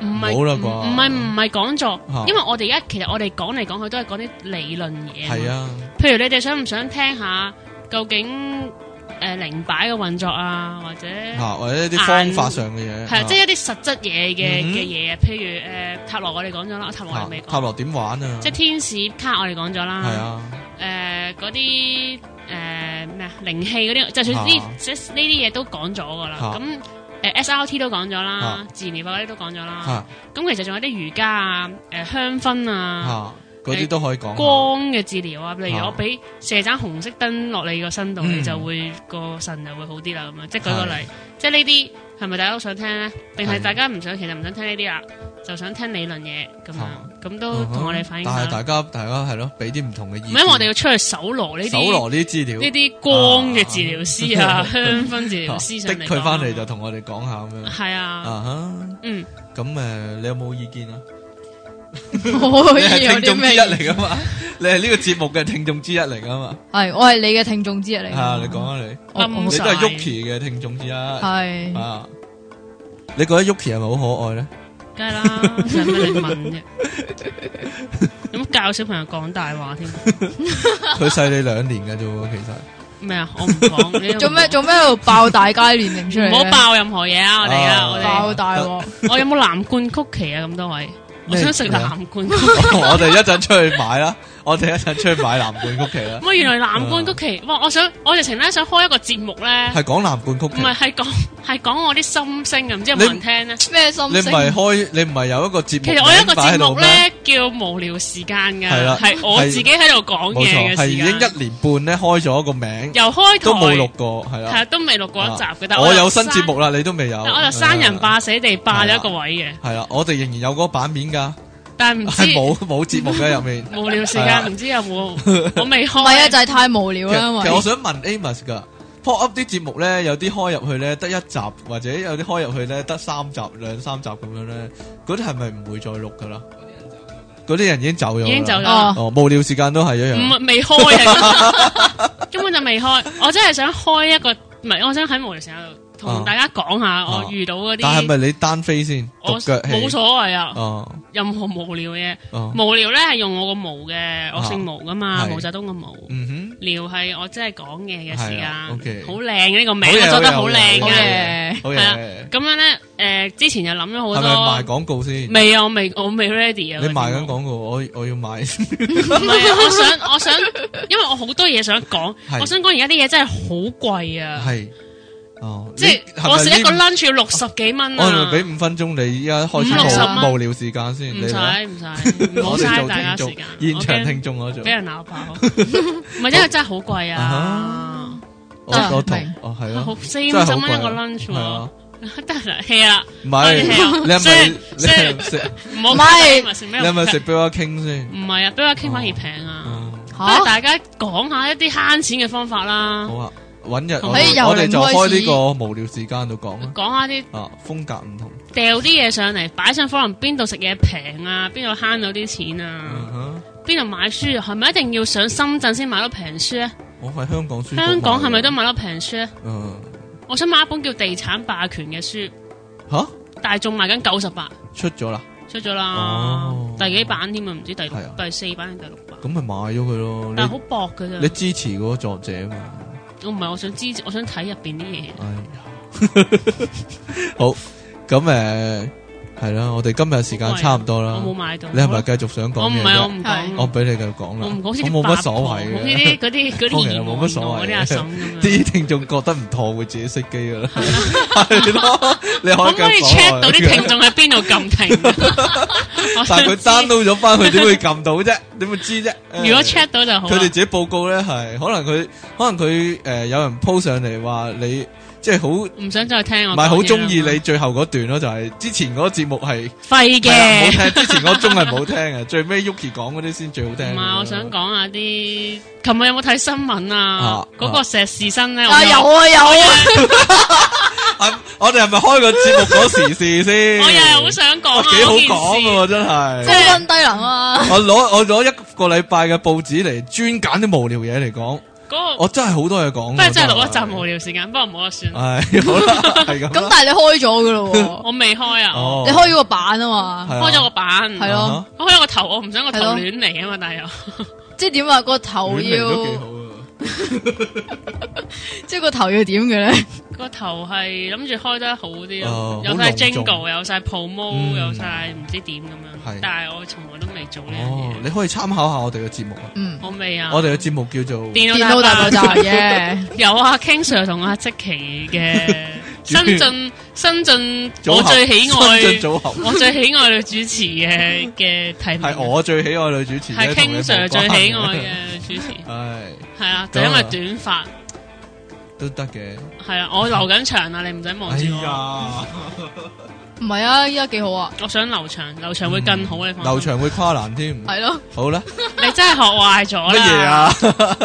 誒，唔係唔好啦啩唔唔係唔係講座啊，因為我哋而家其實我哋講嚟講去都係講啲理論嘢。係。啊，譬如你哋想唔想聽下究竟誒靈擺嘅運作啊，或者係嚇或者一啲方法上嘅嘢，啊嚇即啊係一啲實質嘢嘅哦嗯哼嘅嘢，啊譬如誒塔羅我哋講咗啦，塔羅我哋未嚇塔講，羅點玩啊？即係天使卡我哋講咗啦，係啊。誒嗰啲誒咩啊靈氣嗰啲，就算呢啊即係呢啲嘢都講咗噶啦，啊咁呃誒 SRT 都講咗啦啊，自然療法嗰啲都講咗啦，吓咁其實仲有啲瑜伽啊、誒香薰啊、吓，嗰啲都可以講。光嘅治療啊，例如啊我俾射盞紅色燈落你個身度，嗯你就會個腎就會好啲啦，咁樣即係舉個係例，即係呢啲係咪大家都想聽咧？定係係大家唔想，其實唔想聽呢啲啦，啊就想聽理論嘢咁啊樣，咁都同我哋反映但下係啦。大家大家係咯，俾啲唔同嘅意唔見。係因為我哋要出去搜羅呢搜啲。羅呢啲資料，呢啲光嘅治療師啊、啊香薰治療師上的嚟哦佢翻嚟就同我哋講下咁樣。係啊，啊哈，嗯，咁诶，你有冇意見啊？我可你以係聽有啲眾咩之一意見？嚟噶嘛？你係呢個節目嘅聽眾之一嚟噶嘛？系我系你嘅听众之一嚟㗎。啊，你講啊你，我暗你殺都係 Yuki 嘅聽眾之一啊。系你覺得 Yuki 係咪好可愛咧？梗係啦，使乜你問 啫？咁教小朋友講大話添佢細你兩年嘅啫喎，其實咩啊？我唔講，你做咩做咩喺度爆大家年龄出嚟唔呢？好爆任何嘢啊！我哋啊，啊我爆哋大镬！我有冇藍罐曲奇啊？咁多位，我咩想食嚟啊藍罐曲。 我哋一陣出去買啦，我哋一陣出去買藍罐曲奇啦。喂，原來藍罐曲奇，哇！我想我直情咧想開一個節目咧，係講藍罐曲唔奇。係係講係講我啲心聲啊，唔知有冇人你聽咧？咩心你唔係聲？開，你唔係有一個節目其實我有一個名擺節喺度目咩？咧叫無聊時間係噶，啦係我係自己喺度講冇嘢錯，嘅係時已經間。一年半咧開咗個名，由開台都冇錄過，係係啊，啦。都未錄過一集嘅。但係我有就新刪節，目啦，你都未有。但我就生人霸死地霸咗一個係位嘅，係啦，我哋仍然有嗰個版面㗎，但係唔係知冇冇節目嘅入面。無聊時係啊間唔知 有冇我未唔系啊，開。就系太无聊其啦，因實其實我为想問 Amos 㗎。pop up 啲節目咧，有啲開入去咧得一集，或者有啲開入去咧得三集、兩三集咁樣咧，嗰啲係咪唔會再錄㗎啦？嗰啲人已經走咗㗎啦，已經走咗啦哦，無聊時間都係一樣。唔未開啊，根本就 未開。我真係想開一個，唔係我想喺無聊時間度同啊大家講下我啊遇到嗰但係咪啲，你單飛先？我獨腳戲冇所謂啊，哦任何無聊嘅嘢。哦，無聊咧係用我個毛嘅，我姓毛噶嘛，啊係毛澤東個毛。嗯聊係我真係講嘢嘅時係啊，OK 間，好靚嘅呢個名，好我嘢覺得好靚好嘅。嘢嘅，好係啊嘢。咁樣咧，诶，之前又諗咗係咪好賣多，廣告先？未啊，我未我未 ready 啊。你賣緊緊廣告，我我要買。唔係啊，我想我想，因為我好多嘢想講，係我想講而家啲嘢真係好貴啊， 係哦，即係你係咪我食一個呢 lunch 要六十幾蚊我係咪啊，俾五分鐘你依家開始五六十無蚊無聊時間先？唔你使嚟啊唔使，唔好我哋嘥做大家時聽眾間，，現我場驚聽眾嗰種俾。人鬧爆，唔係因為真係好貴啊啊，我我同明哦係咯好，四五真係十好蚊一個貴 lunch 係啊喎，得啦 h 啦，唔係我哋係啊你雖然係咪你雖然係咪食唔好唔係講食你咩係咪食 b i l 傾先？唔係啊，俾我傾反而平啊。嗯不如吓大家講下一啲慳錢嘅方法啦好，啊，揾日同我喺哋由我哋零就開開始呢個無聊時間度講啦。講下啲啊，風格唔同。掉啲嘢上嚟，擺上可能邊度食嘢平啊，邊度慳到啲錢嗯啊，哼，邊度買書係咪一定要上深圳先買到平書咧？我喺香港書局香港係咪都買啊買到平書咧？嘅？嗯，我想買一本叫《地產霸權》嘅書，吓大眾賣緊九十八，出咗啦，出咗啦哦，第幾版添啊？唔知第六係啊、第四版定第六版，咁咪買咗佢咯。但係你好薄嘅你啫。支持嗰個作者啊嘛？我唔係我想知，我想睇入邊啲嘢。哎呀， 好，咁诶系啦，我哋今日時間差唔多啦我。冇買到。啊你係咪繼續想我講唔嘢係我啫？唔係講。我俾你繼續講啦，我唔我好似冇乜所謂 呢嘅。啲嗰啲嗰當啲然移民係冇乜所謂嗰啲阿嬸咁樣。啲聽眾覺得唔妥，會自己熄機噶啦， 係咯，你可可唔以繼可以續講 check 落到去啲 聽眾喺邊度撳停？我想但係佢知 download 咗翻去，點會撳到啫？點會知啫？如果 check 到就好啊佢哋啦 ờ, 自。己報告咧，係可能佢可能佢誒、呃有人 po 上嚟話你，即即係好唔唔想再聽我講嘢啦。係好中意你最後嗰段咯，就係之前嗰個節目係廢係啦唔嘅。好聽，之前嗰個鐘係唔好聽嘅， 最尾 Yuki 講嗰啲先最好聽。唔係，我想講下啲，琴日有冇睇新聞啊啊？嗰個碩士生咧，我 啊有啊有啊， 啊我哋係咪開個節目講時事先？我又係好想講哇啊幾好嗰講啊件事。喎，真係。高温低能 啊，我攞我攞一個禮拜嘅報紙嚟專揀啲無聊嘢嚟講，嗰個我真係好多嘢講。不過哦真係錄一集無聊時間，不過唔好就算啦。系好啦，係咁咁啦。但係你開咗噶 咯我未開啊，哦喎，你開咗個版啊嘛，開咗個版，係咯啊我開咗個頭，我唔想個頭係咯亂嚟啊嘛，但係又即係點啊？個哈頭亂嚟要都幾好啊即係個頭要點嘅咧？個頭係諗住開得好啲哦咯，有好晒隆重 jingle，有晒 promo，嗯有晒唔知點咁係樣，但係我從來都未做呢哦，樣嘢，你可以參考下我哋嘅節目啊。 嗯，我未啊。我哋嘅節目叫做電電腦腦大爆炸嘅嘅，有啊，King Sir 同阿積奇 嘅新進新進我最喜新愛組合，我最喜愛女主持嘅嘅題目， 係我最喜愛女主持，係 King Sir 最喜愛嘅。嘅女主持， 唉，係啊， 就因為短髮。都得嘅。系啊，我留緊長啊，你唔使望哎住我。呀，唔係啊，依家幾好啊，我想留長，留長會更好，你放心。劉翔會跨欄添。係咯，好啦，你真係學壞咗乜啦。嘢？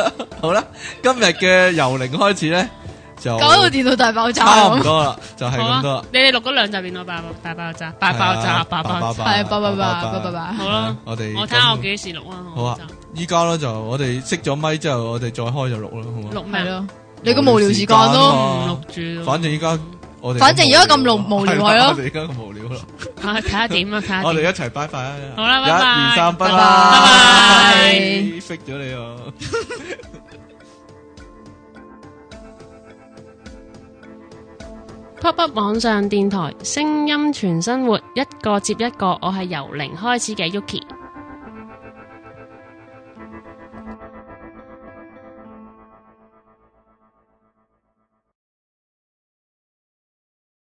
啊？ 好啦，今日嘅由零開始咧，就搞到電腦大爆炸差唔咁，多啦，就係好咁多啊啦。，你哋錄嗰兩集變咗爆大爆炸，大爆係啊炸，大爆炸。係拜拜拜拜拜拜。好啦，我哋我睇下我幾今時錄啊。啊好啊嗰集，依家咧就我哋熄咗咪之後，我哋再開就錄啦，好嘛？錄係咩啊？咯，你個無聊時間無咯，啊唔錄住咯。反正依家我哋反正而家咁無無聊係係咯我哋而家咁無聊啦，啊，睇下點啊，睇下 我哋點。一齊拜拜啊！好啦一拜拜二三，拜拜拜拜拜，fit 咗你啊！ Pop Up 網上電台，聲音全生活，一個接一個，我係由零開始嘅 Yuki。